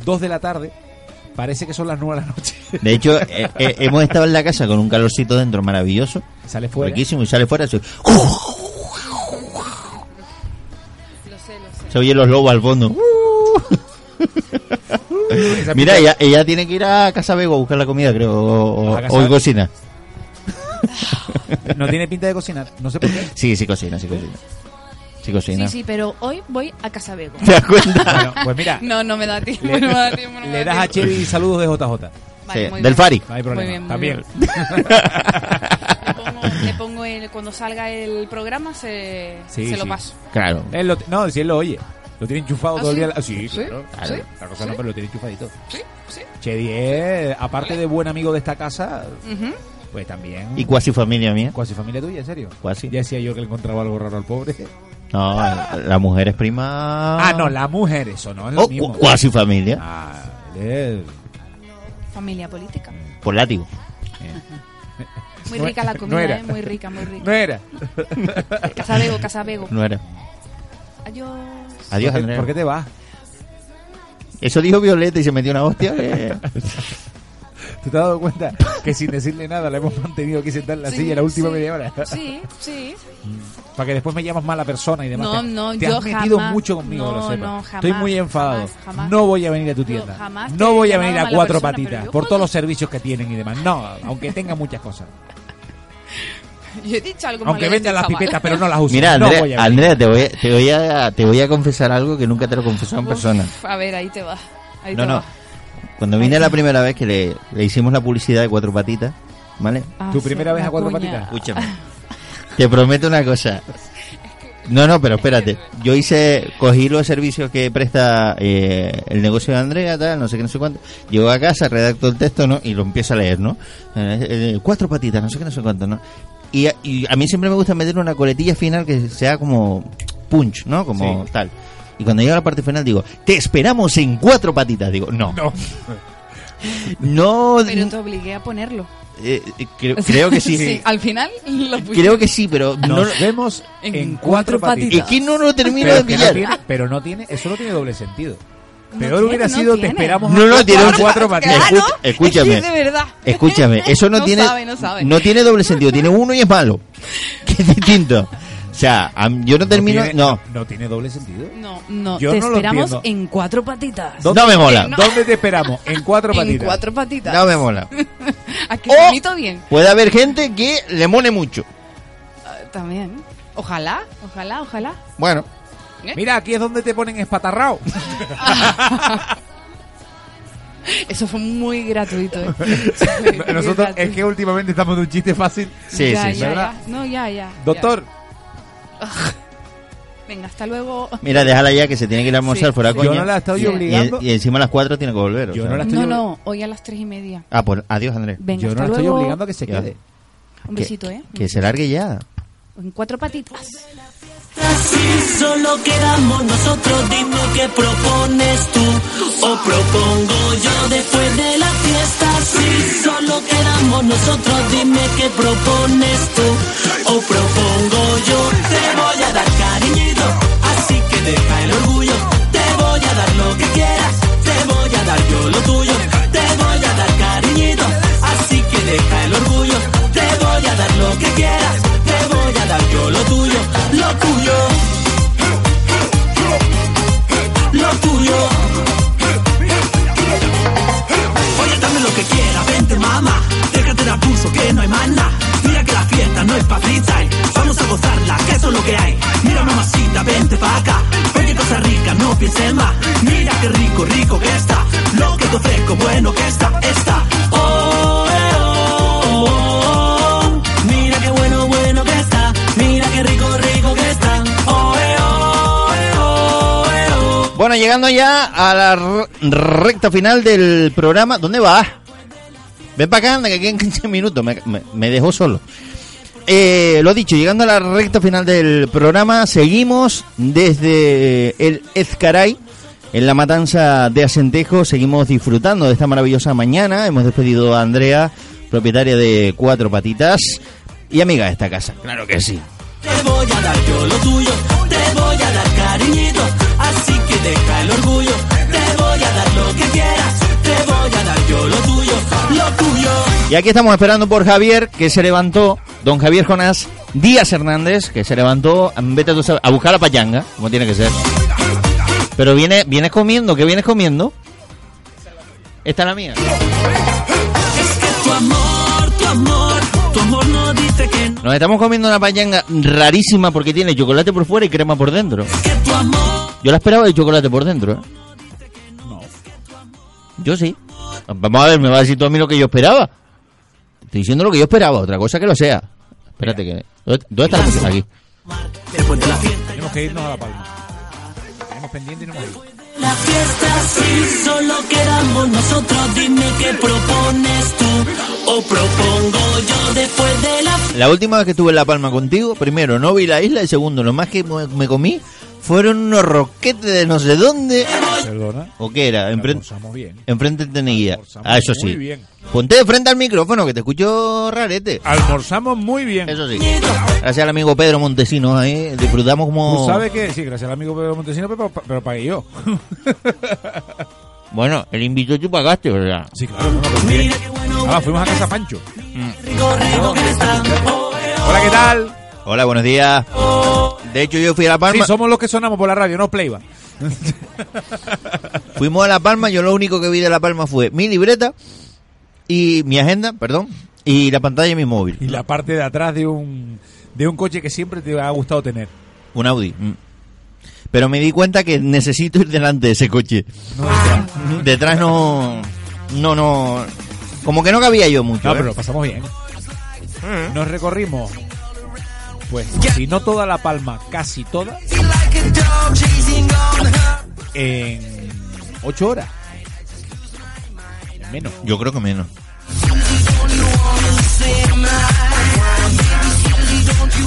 Speaker 3: 2 de la tarde parece que son las 9 de la noche.
Speaker 2: De hecho, eh, eh, hemos estado en la casa con un calorcito dentro maravilloso,
Speaker 3: Sale fuera.
Speaker 2: riquísimo, y sale fuera. y Se,
Speaker 5: Lo sé, lo sé.
Speaker 2: se oyen los lobos al fondo.
Speaker 3: Esa
Speaker 2: Mira,
Speaker 3: pica-
Speaker 2: ella, ella tiene que ir a Casa Bego a buscar la comida, creo, o,
Speaker 3: A
Speaker 2: o-
Speaker 3: Casa
Speaker 2: o
Speaker 3: Bego.
Speaker 2: cocina.
Speaker 3: No tiene pinta de cocinar. No sé por qué.
Speaker 2: Sí, sí cocina, sí cocina. Sí cocina.
Speaker 5: Sí, sí, pero hoy voy a Casabego.
Speaker 2: ¿Te das cuenta?
Speaker 3: Bueno, pues mira,
Speaker 5: No, no me da tiempo,
Speaker 3: le,
Speaker 5: no me da tiempo. No me
Speaker 3: le
Speaker 5: da
Speaker 3: das a
Speaker 5: tiempo.
Speaker 3: Chevy saludos de JJ.
Speaker 5: Vale,
Speaker 2: Sí,
Speaker 5: muy
Speaker 2: del
Speaker 5: bien.
Speaker 2: Fari.
Speaker 3: No hay problema.
Speaker 5: bien, muy
Speaker 3: También.
Speaker 5: Le pongo, le pongo el, cuando salga el programa, se,
Speaker 3: Sí,
Speaker 5: se lo
Speaker 3: sí.
Speaker 5: paso.
Speaker 2: Claro.
Speaker 3: Él lo- no, si él lo oye. Lo tiene enchufado
Speaker 5: ¿Ah,
Speaker 3: todo el
Speaker 5: sí?
Speaker 3: día. Ah, Sí,
Speaker 5: Sí,
Speaker 3: claro.
Speaker 5: sí,
Speaker 3: La cosa no,
Speaker 5: sí.
Speaker 3: pero lo tiene enchufadito.
Speaker 5: Sí, sí.
Speaker 3: Chevy es, aparte de buen amigo de esta casa,
Speaker 5: Ujú.
Speaker 3: pues también.
Speaker 2: Y cuasi familia mía.
Speaker 3: Cuasi familia tuya, en serio.
Speaker 2: Cuasi.
Speaker 3: Ya decía yo que le encontraba algo raro al pobre.
Speaker 2: No, la mujer es prima.
Speaker 3: Ah, no, la mujer, eso no es lo
Speaker 2: O
Speaker 3: mismo.
Speaker 2: Oh, cu- cuasi familia.
Speaker 3: Ah, él
Speaker 5: Familia política.
Speaker 2: Por látigo.
Speaker 5: Muy
Speaker 3: No-
Speaker 5: rica la
Speaker 3: no
Speaker 5: comida,
Speaker 3: era.
Speaker 5: ¿eh? Muy rica, muy
Speaker 3: es- No
Speaker 5: rica.
Speaker 3: era.
Speaker 5: Casabego, Casabego.
Speaker 2: No era.
Speaker 5: Adiós.
Speaker 2: Adiós,
Speaker 3: ¿Por qué,
Speaker 2: Andrea.
Speaker 3: por qué te vas?
Speaker 2: Eso dijo Violeta y se metió una hostia. eh. que-
Speaker 3: ¿Tú te has dado cuenta que sin decirle nada la hemos mantenido aquí sentada en la
Speaker 5: Sí,
Speaker 3: silla la última
Speaker 5: sí.
Speaker 3: media hora?
Speaker 5: Sí, sí.
Speaker 3: Para que después me llamas mala persona y demás.
Speaker 5: No,
Speaker 3: Te-
Speaker 5: no,
Speaker 3: te
Speaker 5: yo
Speaker 3: has metido
Speaker 5: jamás-
Speaker 3: mucho conmigo,
Speaker 5: no,
Speaker 3: lo sepas.
Speaker 5: no, jamás,
Speaker 3: Estoy muy enfadado.
Speaker 5: jamás, jamás.
Speaker 3: No voy a venir a tu
Speaker 5: Yo
Speaker 3: tienda.
Speaker 5: jamás te
Speaker 3: no
Speaker 5: he
Speaker 3: voy a
Speaker 5: llamado
Speaker 3: venir a
Speaker 5: mala
Speaker 3: cuatro
Speaker 5: persona, pero
Speaker 3: patitas
Speaker 5: yo
Speaker 3: por
Speaker 5: cuando-
Speaker 3: todos los servicios que tienen y demás. No, aunque tenga muchas cosas.
Speaker 5: Yo he dicho algo
Speaker 3: Aunque
Speaker 5: malo de
Speaker 3: vendan
Speaker 5: este
Speaker 3: las
Speaker 5: chaval.
Speaker 3: pipetas, pero no las usen.
Speaker 2: Mira,
Speaker 3: no
Speaker 2: Andrea,
Speaker 3: voy a venir.
Speaker 2: Andrea, te, voy a, te, voy a, te voy a confesar algo que nunca te lo he confesado en
Speaker 5: Uf,
Speaker 2: persona.
Speaker 5: A ver, ahí te va. Ahí
Speaker 2: No,
Speaker 5: te
Speaker 2: no.
Speaker 5: va.
Speaker 2: Cuando vine la primera vez que le, le hicimos la publicidad de Cuatro Patitas, ¿vale?
Speaker 3: ¿Tu
Speaker 5: Ah,
Speaker 3: primera
Speaker 5: sí,
Speaker 3: vez a
Speaker 5: la
Speaker 3: cuatro
Speaker 5: cuña.
Speaker 3: patitas?
Speaker 2: Escúchame. Te prometo una cosa. No, no, pero espérate. Yo hice, cogí los servicios que presta eh, el negocio de Andrea, tal, no sé qué, no sé cuánto. Llego a casa, redacto el texto, ¿no? Y lo empiezo a leer, ¿no? Eh, eh, cuatro patitas, no sé qué, no sé cuánto, ¿no? Y a, y a mí siempre me gusta meter una coletilla final que sea como punch, ¿no? Como
Speaker 3: Sí.
Speaker 2: tal. Y cuando llego a la parte final digo, te esperamos en cuatro patitas. Digo, no.
Speaker 3: No.
Speaker 2: No,
Speaker 5: Pero te obligué a ponerlo.
Speaker 2: eh, eh, creo, creo que sí.
Speaker 5: Al final lo puse.
Speaker 2: Creo que sí, pero no,
Speaker 3: Nos vemos en,
Speaker 5: en
Speaker 3: cuatro
Speaker 5: cuatro
Speaker 3: patitas.
Speaker 2: es que no lo termino
Speaker 3: Pero,
Speaker 2: de
Speaker 3: es que no
Speaker 2: pillar.
Speaker 3: tiene, pero no tiene, eso no tiene doble sentido.
Speaker 5: No
Speaker 3: Peor
Speaker 5: tiene,
Speaker 3: hubiera
Speaker 5: no
Speaker 3: sido, te
Speaker 5: tiene.
Speaker 3: esperamos
Speaker 2: No, no,
Speaker 3: a
Speaker 2: tiene
Speaker 3: cuatro, cuatro patitas.
Speaker 5: Claro,
Speaker 2: Escu- escúchame.
Speaker 5: es que de verdad.
Speaker 2: Escúchame, eso no,
Speaker 5: No
Speaker 2: tiene
Speaker 5: sabe, no sabe.
Speaker 2: tiene doble sentido, tiene uno y es malo. Que es distinto. O sea, a mí- yo no termino,
Speaker 3: tiene-
Speaker 2: no.
Speaker 3: no tiene doble sentido.
Speaker 5: No, no.
Speaker 3: Yo
Speaker 5: te
Speaker 3: no lo
Speaker 5: esperamos
Speaker 3: entiendo.
Speaker 5: en cuatro patitas.
Speaker 2: No, me mola.
Speaker 5: No.
Speaker 3: ¿Dónde te esperamos? En cuatro
Speaker 5: En
Speaker 3: patitas.
Speaker 5: cuatro patitas.
Speaker 2: No me mola.
Speaker 5: Aquí
Speaker 3: Oh.
Speaker 2: O-
Speaker 5: bonito bien.
Speaker 2: Puede haber gente que le mone mucho.
Speaker 5: Ah, También. Ojalá, ojalá, ojalá.
Speaker 2: Bueno,
Speaker 3: Mira, aquí es donde te ponen espatarrao.
Speaker 5: Eso fue muy gratuito. ¿eh? Eso fue muy
Speaker 3: Nosotros es
Speaker 5: gratuito.
Speaker 3: que últimamente estamos de un chiste fácil.
Speaker 2: sí,
Speaker 5: Ya,
Speaker 2: sí.
Speaker 5: ya,
Speaker 2: sí.
Speaker 3: ¿verdad?
Speaker 5: ya. No, ya, ya. ya.
Speaker 3: Doctor,
Speaker 5: Venga, hasta luego.
Speaker 2: Mira, déjala ya que se tiene que ir a almorzar
Speaker 5: Sí,
Speaker 2: fuera
Speaker 5: sí.
Speaker 3: yo
Speaker 2: coña.
Speaker 3: no la estoy
Speaker 5: Sí.
Speaker 2: y,
Speaker 3: obligando.
Speaker 2: y encima a las cuatro tiene que volver. o
Speaker 3: Yo
Speaker 2: sea.
Speaker 3: no la-
Speaker 5: No, no, hoy a las tres y media.
Speaker 2: Ah, pues adiós, Andrés.
Speaker 5: Venga,
Speaker 3: yo no
Speaker 5: hasta
Speaker 3: la estoy
Speaker 5: luego.
Speaker 3: obligando a que se
Speaker 2: Ya.
Speaker 3: quede.
Speaker 5: Un
Speaker 2: Que-
Speaker 5: besito, ¿eh?
Speaker 2: Que se largue ya.
Speaker 5: En cuatro patitas.
Speaker 7: Si solo quedamos nosotros, dime qué propones tú o propongo yo después de la fiesta. Si solo quedamos nosotros, dime qué propones tú o propongo yo. Te voy a dar cariñito, así que deja el orgullo. Te voy a dar lo que quieras, te voy a dar yo lo tuyo. Te voy a dar cariñito, así que deja el orgullo. Te voy a dar lo que quieras, te voy a dar yo lo tuyo, lo tuyo lo tuyo. Oye, dame lo que quieras, vente mamá, déjate Cada pulso que no hay manda. Mira que la fiesta no es pa' freestyle. Vamos a gozarla, que eso es lo que hay. Mira mamacita, vente pa' acá. Oye, cosa rica, no pienses más. Mira qué rico, rico que está. Lo que te ofrezco, bueno que está, está. Oh, eh, oh, oh, oh, oh. Mira qué bueno, bueno que está. Mira qué rico, rico que está. Oh, eh, oh, eh, oh, eh, oh.
Speaker 2: Bueno, llegando ya a la r- recta final del programa. ¿Dónde vas? Ven para acá, anda, que aquí en 15 minutos me, me- me dejó solo. Eh, lo dicho, llegando a la recta final del programa, seguimos desde eh, el Ezcaray, en la matanza de Asentejo, seguimos disfrutando de esta maravillosa mañana. Hemos despedido a Andrea, propietaria de Cuatro Patitas y amiga de esta casa. Claro que sí.
Speaker 7: Te voy a dar yo lo tuyo, te voy a dar cariñito, así que deja el orgullo. Te voy a dar lo que quieras, te voy a dar yo lo tuyo, lo tuyo.
Speaker 2: Y aquí estamos esperando por Javier, que se levantó, don Javier Jonás Díaz Hernández, que se levantó vete tú sabes, a buscar la payanga, como tiene que ser. Pero viene, vienes comiendo, ¿qué vienes comiendo? Esta es la mía.
Speaker 7: Es que tu amor, tu amor, tu amor no dice que no.
Speaker 2: Nos estamos comiendo una payanga rarísima porque tiene chocolate por fuera y crema por dentro.
Speaker 7: Es que tu amor,
Speaker 2: Yo la esperaba de chocolate por dentro, ¿eh? Yo sí. Vamos a ver, me va a decir tú a mí lo que yo esperaba. Te Estoy diciendo lo que yo esperaba, otra cosa que lo sea. Espérate que... ¿Dónde dónde está la música? Aquí.
Speaker 7: después de la fiesta,
Speaker 3: Tenemos que irnos a La Palma. Tenemos pendiente y no hemos ido.
Speaker 7: la fiesta sí, solo quedamos nosotros. Dime qué propones tú, o propongo yo después de la
Speaker 2: La última vez que estuve en La Palma contigo, primero no vi la isla y segundo, lo más que me me comí fueron unos roquetes de no sé dónde.
Speaker 3: Perdona.
Speaker 2: ¿O qué era? Enfrente,
Speaker 3: Almorzamos bien.
Speaker 2: enfrente tenía.
Speaker 3: Almorzamos
Speaker 2: Ah, eso
Speaker 3: muy
Speaker 2: sí.
Speaker 3: bien.
Speaker 2: Ponte de frente al micrófono, que te escucho rarete.
Speaker 3: Almorzamos muy bien.
Speaker 2: Eso sí. Gracias al amigo Pedro Montesinos ahí. Disfrutamos como...
Speaker 3: ¿Tú sabes qué? Sí, gracias al amigo Pedro Montesino, pero, pero pagué yo.
Speaker 2: Bueno, el invitó y tú pagaste, ¿verdad?
Speaker 3: Sí, claro. No, pero bien. Ah, fuimos a casa Pancho. Mm. Hola, ¿qué tal?
Speaker 2: Hola, buenos días. De hecho, yo fui a La
Speaker 3: Sí,
Speaker 2: Palma.
Speaker 3: somos los que sonamos por la radio, no Playba.
Speaker 2: Fuimos a La Palma, yo lo único que vi de La Palma fue mi libreta y mi agenda, perdón, y la pantalla de mi móvil.
Speaker 3: Y la parte de atrás de un, de un coche que siempre te ha gustado tener.
Speaker 2: Un Audi. mm. Pero me di cuenta que necesito ir delante de ese coche. Detrás no. No, no. Como que no cabía yo mucho. ¿eh?
Speaker 3: No, Ah,
Speaker 2: Mm.
Speaker 3: pero lo pasamos bien. Nos recorrimos. Pues, si no toda La Palma, casi toda. En 8 horas. En menos.
Speaker 2: Yo creo que menos.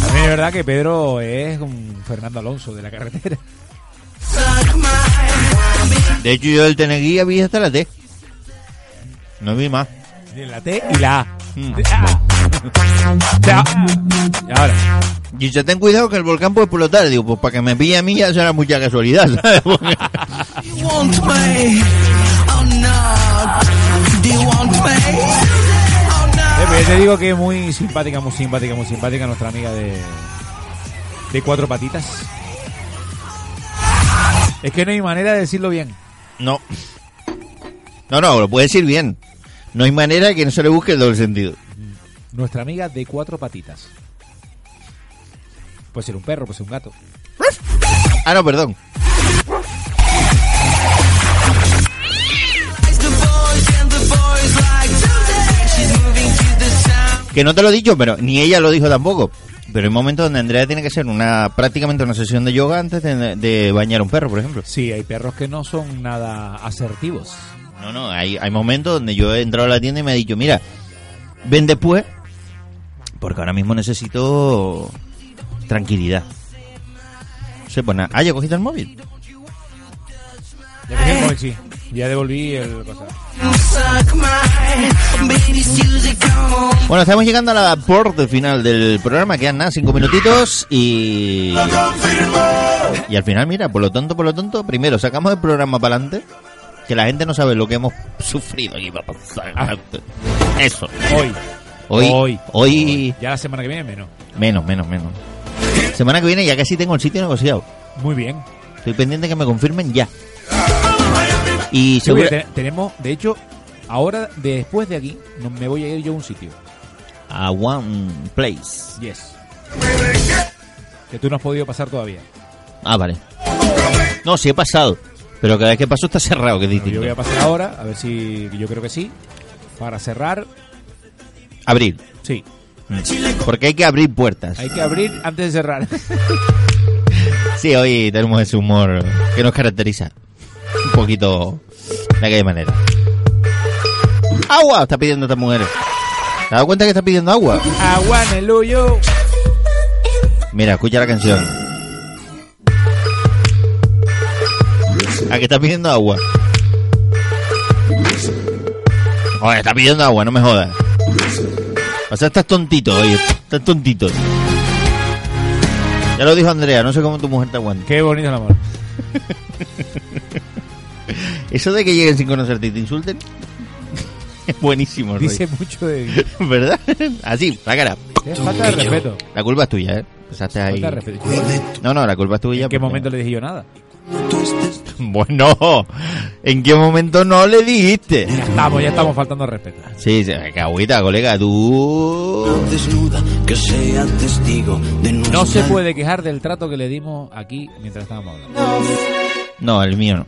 Speaker 3: También es verdad que Pedro es un Fernando Alonso de la carretera.
Speaker 2: De hecho, yo del Teneguía vi hasta la T. No vi más.
Speaker 3: De la T y la A.
Speaker 2: Mm.
Speaker 3: De- ah. De- ah. Y ahora.
Speaker 2: Y se ten cuidado que el volcán puede explotar. Digo, pues para que me pille a mí ya será mucha casualidad. ¿sabes? Porque-
Speaker 7: You want me? Oh no. Do you want me? Oh no.
Speaker 3: Eh, pero yo te digo que es muy simpática, muy simpática, muy simpática nuestra amiga de. de cuatro patitas. Es que no hay manera de decirlo bien.
Speaker 2: no. No, no, lo puede decir bien. No hay manera que no se le busque el doble sentido.
Speaker 3: Nuestra amiga de cuatro patitas. Puede ser un perro, puede ser un gato.
Speaker 2: Ah, no, perdón. Que no te lo he dicho, pero ni ella lo dijo tampoco. Pero hay momentos donde Andrea tiene que hacer una prácticamente una sesión de yoga antes de, de bañar a un perro, por ejemplo.
Speaker 3: Sí, hay perros que no son nada asertivos.
Speaker 2: No, no, hay, hay momentos donde yo he entrado a la tienda y me ha dicho, mira, ven después, porque ahora mismo necesito tranquilidad. No sé, pues nada. Ah, ya cogiste el móvil.
Speaker 3: Ya cogí el móvil, sí. Ya devolví el cosa.
Speaker 2: Bueno, estamos llegando a la parte final del programa, quedan nada, cinco minutitos y... Y al final, mira, por lo tonto, por lo tonto, primero sacamos el programa para adelante, que la gente no sabe lo que hemos sufrido aquí. pa- pa- pa- Eso.
Speaker 3: Hoy.
Speaker 2: Hoy, hoy,
Speaker 3: Ya la semana que viene menos.
Speaker 2: menos, menos, menos. Semana que viene ya casi tengo el sitio negociado.
Speaker 3: Muy bien.
Speaker 2: Estoy pendiente que me confirmen ya. Y
Speaker 3: Sí,
Speaker 2: seguro...
Speaker 3: te- tenemos, de hecho, ahora después de aquí, no- me voy a ir yo a un sitio.
Speaker 2: a One Place.
Speaker 3: Yes. Que tú no has podido pasar todavía.
Speaker 2: Ah, vale. No, sí he pasado. Pero cada vez que paso está cerrado, que es
Speaker 3: Bueno, yo
Speaker 2: distinto.
Speaker 3: voy a pasar ahora, a ver si. Yo creo que sí. Para cerrar,
Speaker 2: Abrir.
Speaker 3: sí.
Speaker 2: Porque hay que abrir puertas.
Speaker 3: Hay que abrir antes de cerrar.
Speaker 2: Sí, hoy tenemos ese humor que nos caracteriza. Un poquito de aquella manera. ¡Agua! Está pidiendo esta mujer. ¿Te has dado cuenta que está pidiendo agua?
Speaker 3: Agua en el hoyo.
Speaker 2: Mira, escucha la canción. ¿A Ah, que está pidiendo agua? Oye, está pidiendo agua, no me jodas. O sea, estás tontito, oye. Estás tontito. Ya lo dijo Andrea, no sé cómo tu mujer te aguanta.
Speaker 3: Qué bonito el amor.
Speaker 2: Eso de que lleguen sin conocerte y te insulten es buenísimo, Roy.
Speaker 3: Dice mucho de. ¿eh?
Speaker 2: ¿Verdad? Así, la cara.
Speaker 3: Es falta de respeto.
Speaker 2: La culpa es tuya, ¿eh? Empezaste ahí.
Speaker 3: Falta de respeto.
Speaker 2: No, no, la culpa es tuya.
Speaker 3: ¿En qué
Speaker 2: porque-
Speaker 3: momento le dije yo nada?
Speaker 2: Bueno, ¿en qué momento no le dijiste?
Speaker 3: Ya estamos, ya estamos faltando al respeto.
Speaker 2: Sí, sí, que agüita, colega, tú...
Speaker 8: desnuda que sea testigo de
Speaker 3: No se
Speaker 8: nuestra-
Speaker 3: puede quejar del trato que le dimos aquí mientras estábamos hablando.
Speaker 2: No, el mío no.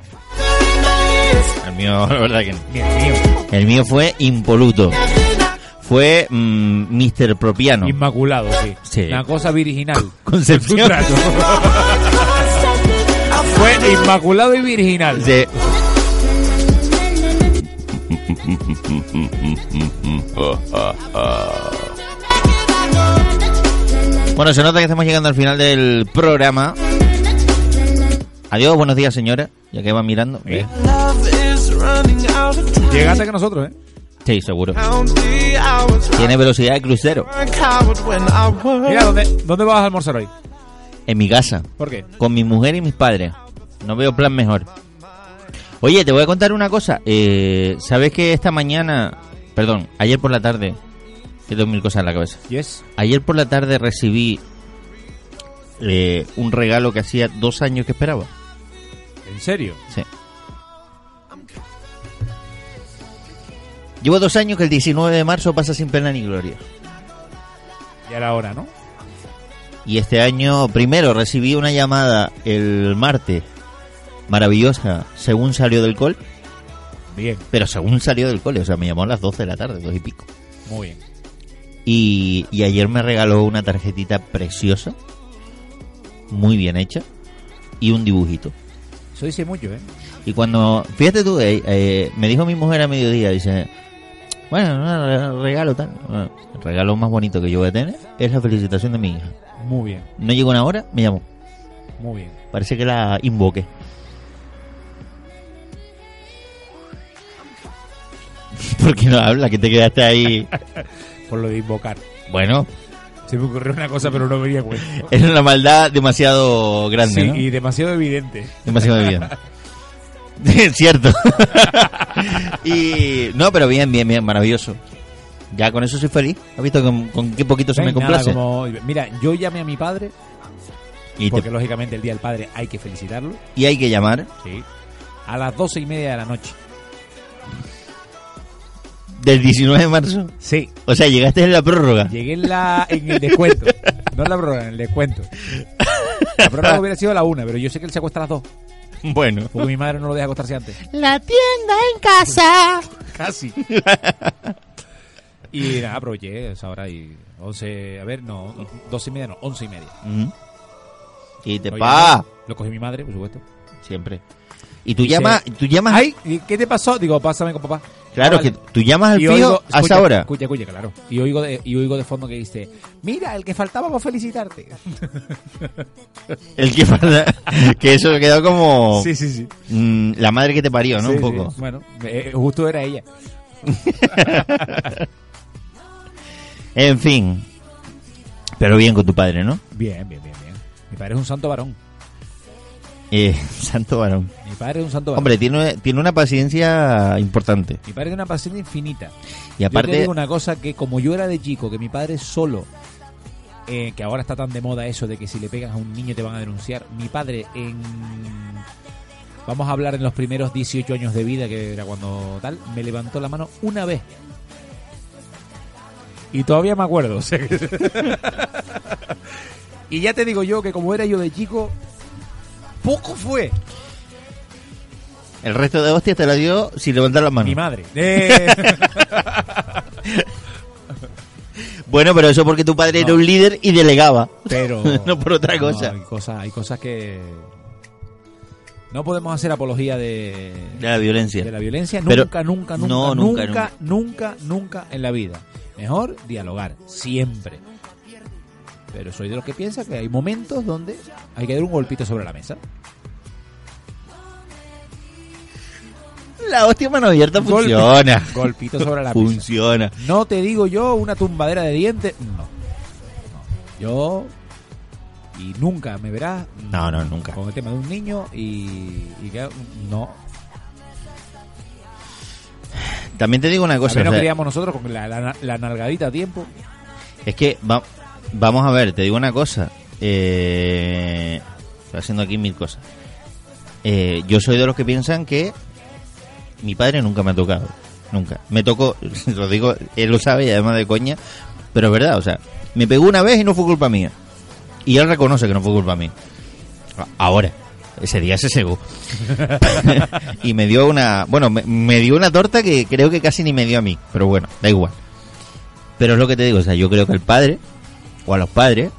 Speaker 2: El mío, la verdad que no.
Speaker 3: Dios mío.
Speaker 2: El mío fue impoluto. Fue mm, Mr. Propiano.
Speaker 3: Inmaculado, sí.
Speaker 2: Sí.
Speaker 3: Una cosa virginal.
Speaker 2: Concepción.
Speaker 3: Su trato. Fue inmaculado y virginal.
Speaker 2: Sí. Bueno, se nota que estamos llegando al final del programa. Adiós, buenos días, señora. Ya que va mirando. ¿eh?
Speaker 3: Llegaste que nosotros, ¿eh?
Speaker 2: Sí, seguro. Tiene velocidad de crucero.
Speaker 3: Mira, ¿dónde, ¿dónde vas a almorzar hoy?
Speaker 2: En mi casa.
Speaker 3: ¿Por qué?
Speaker 2: Con mi mujer y mis padres. No veo plan mejor. Oye, te voy a contar una cosa. Eh, ¿Sabes que esta mañana... Perdón, ayer por la tarde... Que tengo mil cosas en la cabeza.
Speaker 3: Yes.
Speaker 2: Ayer por la tarde recibí eh, un regalo que hacía dos años que esperaba.
Speaker 3: ¿En serio?
Speaker 2: Sí. Llevo dos años que el 19 de marzo pasa sin pena ni gloria.
Speaker 3: Ya era hora, ¿no?
Speaker 2: Y este año, primero, recibí una llamada el martes, maravillosa, según salió del col,
Speaker 3: Bien,
Speaker 2: pero según salió del cole, o sea, me llamó a las 12 de la tarde, dos y pico.
Speaker 3: muy bien.
Speaker 2: Y, y ayer me regaló una tarjetita preciosa, muy bien hecha, y un dibujito.
Speaker 3: Eso dice mucho, ¿eh?
Speaker 2: Y cuando, fíjate tú, eh, eh, me dijo mi mujer a mediodía, dice, bueno, no, re- regalo tal. Bueno, el regalo más bonito que yo voy a tener es la felicitación de mi hija.
Speaker 3: Muy bien,
Speaker 2: No llegó una hora, me llamó.
Speaker 3: muy bien.
Speaker 2: Parece que la invoqué. ¿Por qué no habla? Que te quedaste ahí.
Speaker 3: Por lo de invocar.
Speaker 2: Bueno,
Speaker 3: Se me ocurrió una cosa, pero no me di a cuenta.
Speaker 2: era una maldad demasiado grande,
Speaker 3: Sí,
Speaker 2: ¿no?
Speaker 3: y demasiado evidente.
Speaker 2: Demasiado bien. Es cierto. y no, pero bien, bien, bien, maravilloso. Ya con eso soy feliz. ¿Has visto con, con qué poquito se
Speaker 3: No hay
Speaker 2: me
Speaker 3: nada
Speaker 2: complace?
Speaker 3: como- Mira, yo llamé a mi padre,
Speaker 2: Y, te-
Speaker 3: porque lógicamente el Día del Padre hay que felicitarlo.
Speaker 2: y hay que llamar
Speaker 3: Sí. A las doce y media de la noche.
Speaker 2: del 19 de marzo.
Speaker 3: Sí.
Speaker 2: O sea, llegaste en la prórroga.
Speaker 3: Llegué en, la, en el descuento. No en la prórroga, en el descuento. La prórroga hubiera sido a la una, pero yo sé que él se acuesta a las dos.
Speaker 2: Bueno.
Speaker 3: Porque mi madre no lo deja acostarse antes.
Speaker 9: La tienda en casa.
Speaker 3: Casi. Y nada, aproveché esa hora y 11, a ver, no, 12 y media, no, 11 y media.
Speaker 2: Mm. Y te
Speaker 3: Lo
Speaker 2: pa.
Speaker 3: llamé, Lo cogí mi madre, por supuesto.
Speaker 2: Siempre. Y tú
Speaker 3: Dice-
Speaker 2: llamas, tú llamas
Speaker 3: Ay, ¿y ¿qué te pasó? Digo, pásame con papá.
Speaker 2: Ah. Claro,
Speaker 3: Ah,
Speaker 2: que
Speaker 3: vale.
Speaker 2: tú llamas al
Speaker 3: Y
Speaker 2: fijo
Speaker 3: oigo-
Speaker 2: a
Speaker 3: escucha,
Speaker 2: esa hora.
Speaker 3: Escucha, escucha, claro. Y oigo de, y oigo de fondo que dice, mira, el que faltaba para felicitarte.
Speaker 2: El que que eso quedó como
Speaker 3: Sí, sí, sí.
Speaker 2: mm, la madre que te parió, ¿no?
Speaker 3: Sí,
Speaker 2: Oh. Un poco.
Speaker 3: sí. Bueno, eh, justo era ella.
Speaker 2: En fin. Pero bien con tu padre, ¿no?
Speaker 3: Bien, bien, bien, bien. Mi padre es un santo varón.
Speaker 2: Eh, santo varón.
Speaker 3: Mi padre es un santo varón.
Speaker 2: Hombre, tiene, tiene una paciencia importante.
Speaker 3: Mi padre tiene una pasión infinita.
Speaker 2: Y
Speaker 3: Yo te
Speaker 2: aparte,
Speaker 3: digo una cosa que como yo era de chico, que mi padre solo, eh, que ahora está tan de moda eso de que si le pegas a un niño te van a denunciar, mi padre en... Vamos a hablar en los primeros 18 años de vida, que era cuando tal, me levantó la mano una vez. Y todavía me acuerdo. o sea que- y ya te digo yo que como era yo de chico, poco fue
Speaker 2: El resto de hostias te la dio sin levantar las
Speaker 3: mi
Speaker 2: manos.
Speaker 3: madre. Eh,
Speaker 2: Bueno, pero eso porque tu padre era
Speaker 3: No.
Speaker 2: un líder y delegaba.
Speaker 3: pero...
Speaker 2: No por otra cosa.
Speaker 3: Hay cosas, hay cosas que... No podemos hacer apología de...
Speaker 2: De la violencia.
Speaker 3: de la violencia
Speaker 2: Pero-
Speaker 3: nunca, nunca, nunca,
Speaker 2: No, nunca,
Speaker 3: nunca, nunca, nunca, nunca en la vida. Mejor dialogar, siempre. Pero soy de los que piensa que hay momentos donde hay que dar un golpito sobre la mesa.
Speaker 2: La hostia mano abierta
Speaker 3: Golpe.
Speaker 2: funciona.
Speaker 3: Golpito sobre la mesa.
Speaker 2: Funciona.
Speaker 3: No te digo yo una tumbadera de dientes. No. No. Yo. Y nunca me verás.
Speaker 2: No, no, nunca.
Speaker 3: Con el tema de un niño y. y que- no.
Speaker 2: También te digo una
Speaker 3: A
Speaker 2: cosa.
Speaker 3: ver, no
Speaker 2: o sea,
Speaker 3: queríamos nosotros con la, la- la nalgadita a tiempo.
Speaker 2: Es que va- vamos a ver, te digo una cosa. Eh, estoy haciendo aquí mil cosas. Eh, yo soy de los que piensan que mi padre nunca me ha tocado. Nunca. Me tocó, lo digo, él lo sabe y además de coña. Pero es verdad, o sea, me pegó una vez y no fue culpa mía. Y él reconoce que no fue culpa mía. A- Ahora. Ese día se cegó. y me dio una. Bueno, me, me dio una torta que creo que casi ni me dio a mí. Pero bueno, da igual. Pero es lo que te digo, o sea, yo creo que el padre, o a los padres,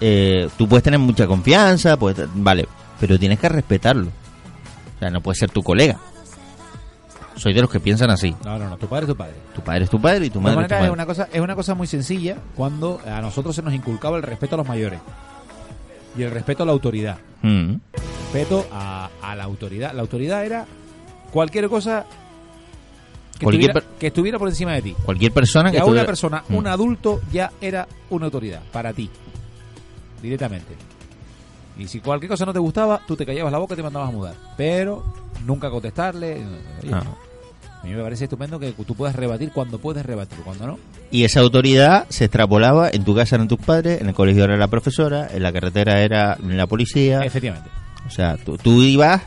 Speaker 2: eh, tú puedes tener mucha confianza, pues vale, pero tienes que respetarlo. O sea, no puedes ser tu colega. Soy de los que piensan así.
Speaker 3: No, no, no. Tu padre es tu padre.
Speaker 2: Tu padre es tu padre y tu
Speaker 3: De todas
Speaker 2: madre es tu
Speaker 3: maneras,
Speaker 2: madre.
Speaker 3: es una cosa es una cosa muy sencilla cuando a nosotros se nos inculcaba el respeto a los mayores y el respeto a la autoridad
Speaker 2: Mm.
Speaker 3: respeto a, a la autoridad la autoridad era cualquier cosa que,
Speaker 2: Cualquier
Speaker 3: estuviera, que estuviera por encima de ti
Speaker 2: Cualquier persona que
Speaker 3: ya
Speaker 2: estuviera-
Speaker 3: una persona
Speaker 2: Mm.
Speaker 3: un adulto ya era una autoridad para ti directamente y si cualquier cosa no te gustaba tú te callabas la boca y te mandabas a mudar pero nunca contestarle Oye,
Speaker 2: Ah.
Speaker 3: a mí me parece estupendo que tú puedas rebatir cuando puedes rebatir cuando no
Speaker 2: Y esa autoridad se extrapolaba en tu casa eran tus padres, en el colegio era la profesora, en la carretera era la policía.
Speaker 3: efectivamente
Speaker 2: O sea, tú, tú ibas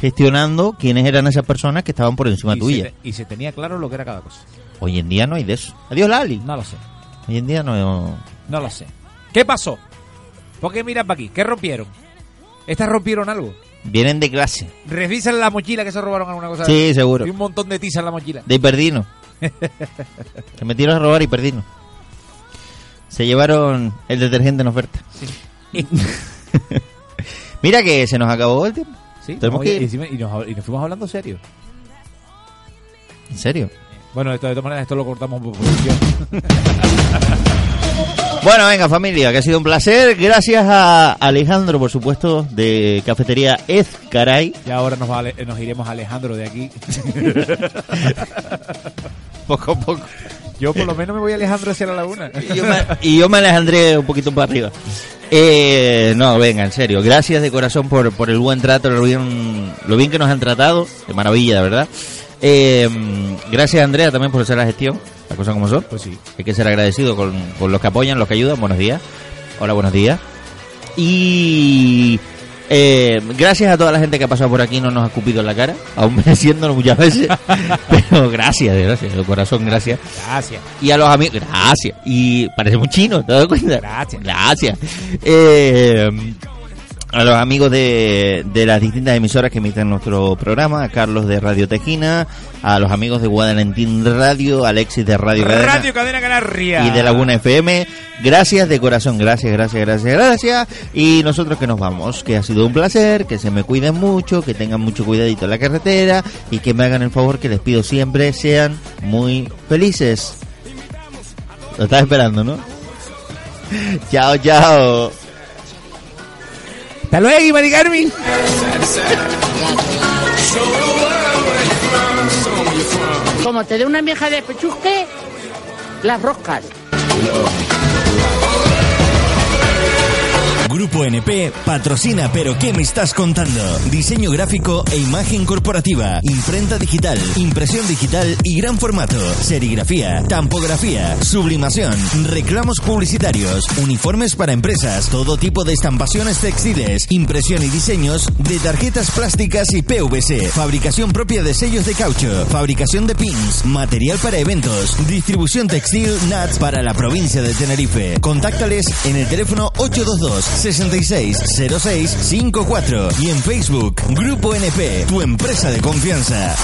Speaker 2: gestionando quiénes eran esas personas que estaban por encima
Speaker 3: y
Speaker 2: tuya.
Speaker 3: Se te- y se tenía claro lo que era cada cosa.
Speaker 2: Hoy en día no hay de eso. Adiós, Lali.
Speaker 3: No lo sé,
Speaker 2: Hoy en día no.
Speaker 3: no lo sé. ¿Qué pasó? ¿Por qué miran para aquí? ¿Qué rompieron? ¿Estas rompieron algo?
Speaker 2: Vienen de clase,
Speaker 3: Revisan la mochila que se robaron alguna cosa.
Speaker 2: Sí, seguro.
Speaker 3: Y un montón de tiza en la mochila.
Speaker 2: de Hiperdino. Se metieron a robar Hiperdino. Se llevaron el detergente en oferta. Mira que se nos acabó el tiempo.
Speaker 3: Sí,
Speaker 2: Tenemos
Speaker 3: oye,
Speaker 2: que-
Speaker 3: y, encima- y nos, y nos fuimos hablando serio.
Speaker 2: En serio.
Speaker 3: Bueno, esto, de todas maneras, esto lo cortamos por producción.
Speaker 2: Bueno, venga familia, que ha sido un placer. Gracias a Alejandro, por supuesto, de Cafetería Ezcaray.
Speaker 3: Y ahora nos, va Ale- eh, nos iremos a Alejandro de aquí.
Speaker 2: Poco a poco.
Speaker 3: Yo por lo menos me voy a Alejandro hacia la laguna.
Speaker 2: Y yo me, y yo me alejandré un poquito para arriba. Eh, no, venga, en serio. Gracias de corazón por, por el buen trato, lo bien, lo bien que nos han tratado. De maravilla, de verdad. Eh, gracias, Andrea, también por hacer la gestión. Las cosas como son.
Speaker 3: Pues sí.
Speaker 2: Hay que ser agradecido con, con los que apoyan, los que ayudan. Buenos días. Hola, buenos días. Y eh, gracias a toda la gente que ha pasado por aquí, no nos ha escupido en la cara, aún mereciéndolo muchas veces. Pero gracias, gracias, de corazón, gracias.
Speaker 3: Gracias.
Speaker 2: Y a los amigos, gracias. Y parece un chino, ¿te das cuenta?
Speaker 3: Gracias.
Speaker 2: Gracias. Eh, a los amigos de, de las distintas emisoras que emiten nuestro programa, a Carlos de Radio Tejina, a los amigos de Guadalentín Radio, Alexis de Radio, Cadena
Speaker 3: Radio Cadena Canaria.
Speaker 2: y de Laguna FM. Gracias de corazón, gracias, gracias, gracias, gracias. Y nosotros que nos vamos, que ha sido un placer, que se me cuiden mucho, que tengan mucho cuidadito en la carretera y que me hagan el favor que les pido siempre, sean muy felices. Lo estás esperando, ¿no? Chao, chao.
Speaker 3: Hasta luego, y Mari Carmen.
Speaker 9: Como te dé una vieja de pechusque, las roscas.
Speaker 2: Grupo NP patrocina Pero ¿qué me estás contando? Diseño gráfico e imagen corporativa, imprenta digital, impresión digital y gran formato, serigrafía, tampografía, sublimación, reclamos publicitarios, uniformes para empresas, todo tipo de estampaciones textiles, impresión y diseños de tarjetas plásticas y PVC, fabricación propia de sellos de caucho, fabricación de pins, material para eventos, distribución textil NATS para la provincia de Tenerife. Contáctales en el teléfono 822 660654 y en Facebook Grupo NP, tu empresa de confianza.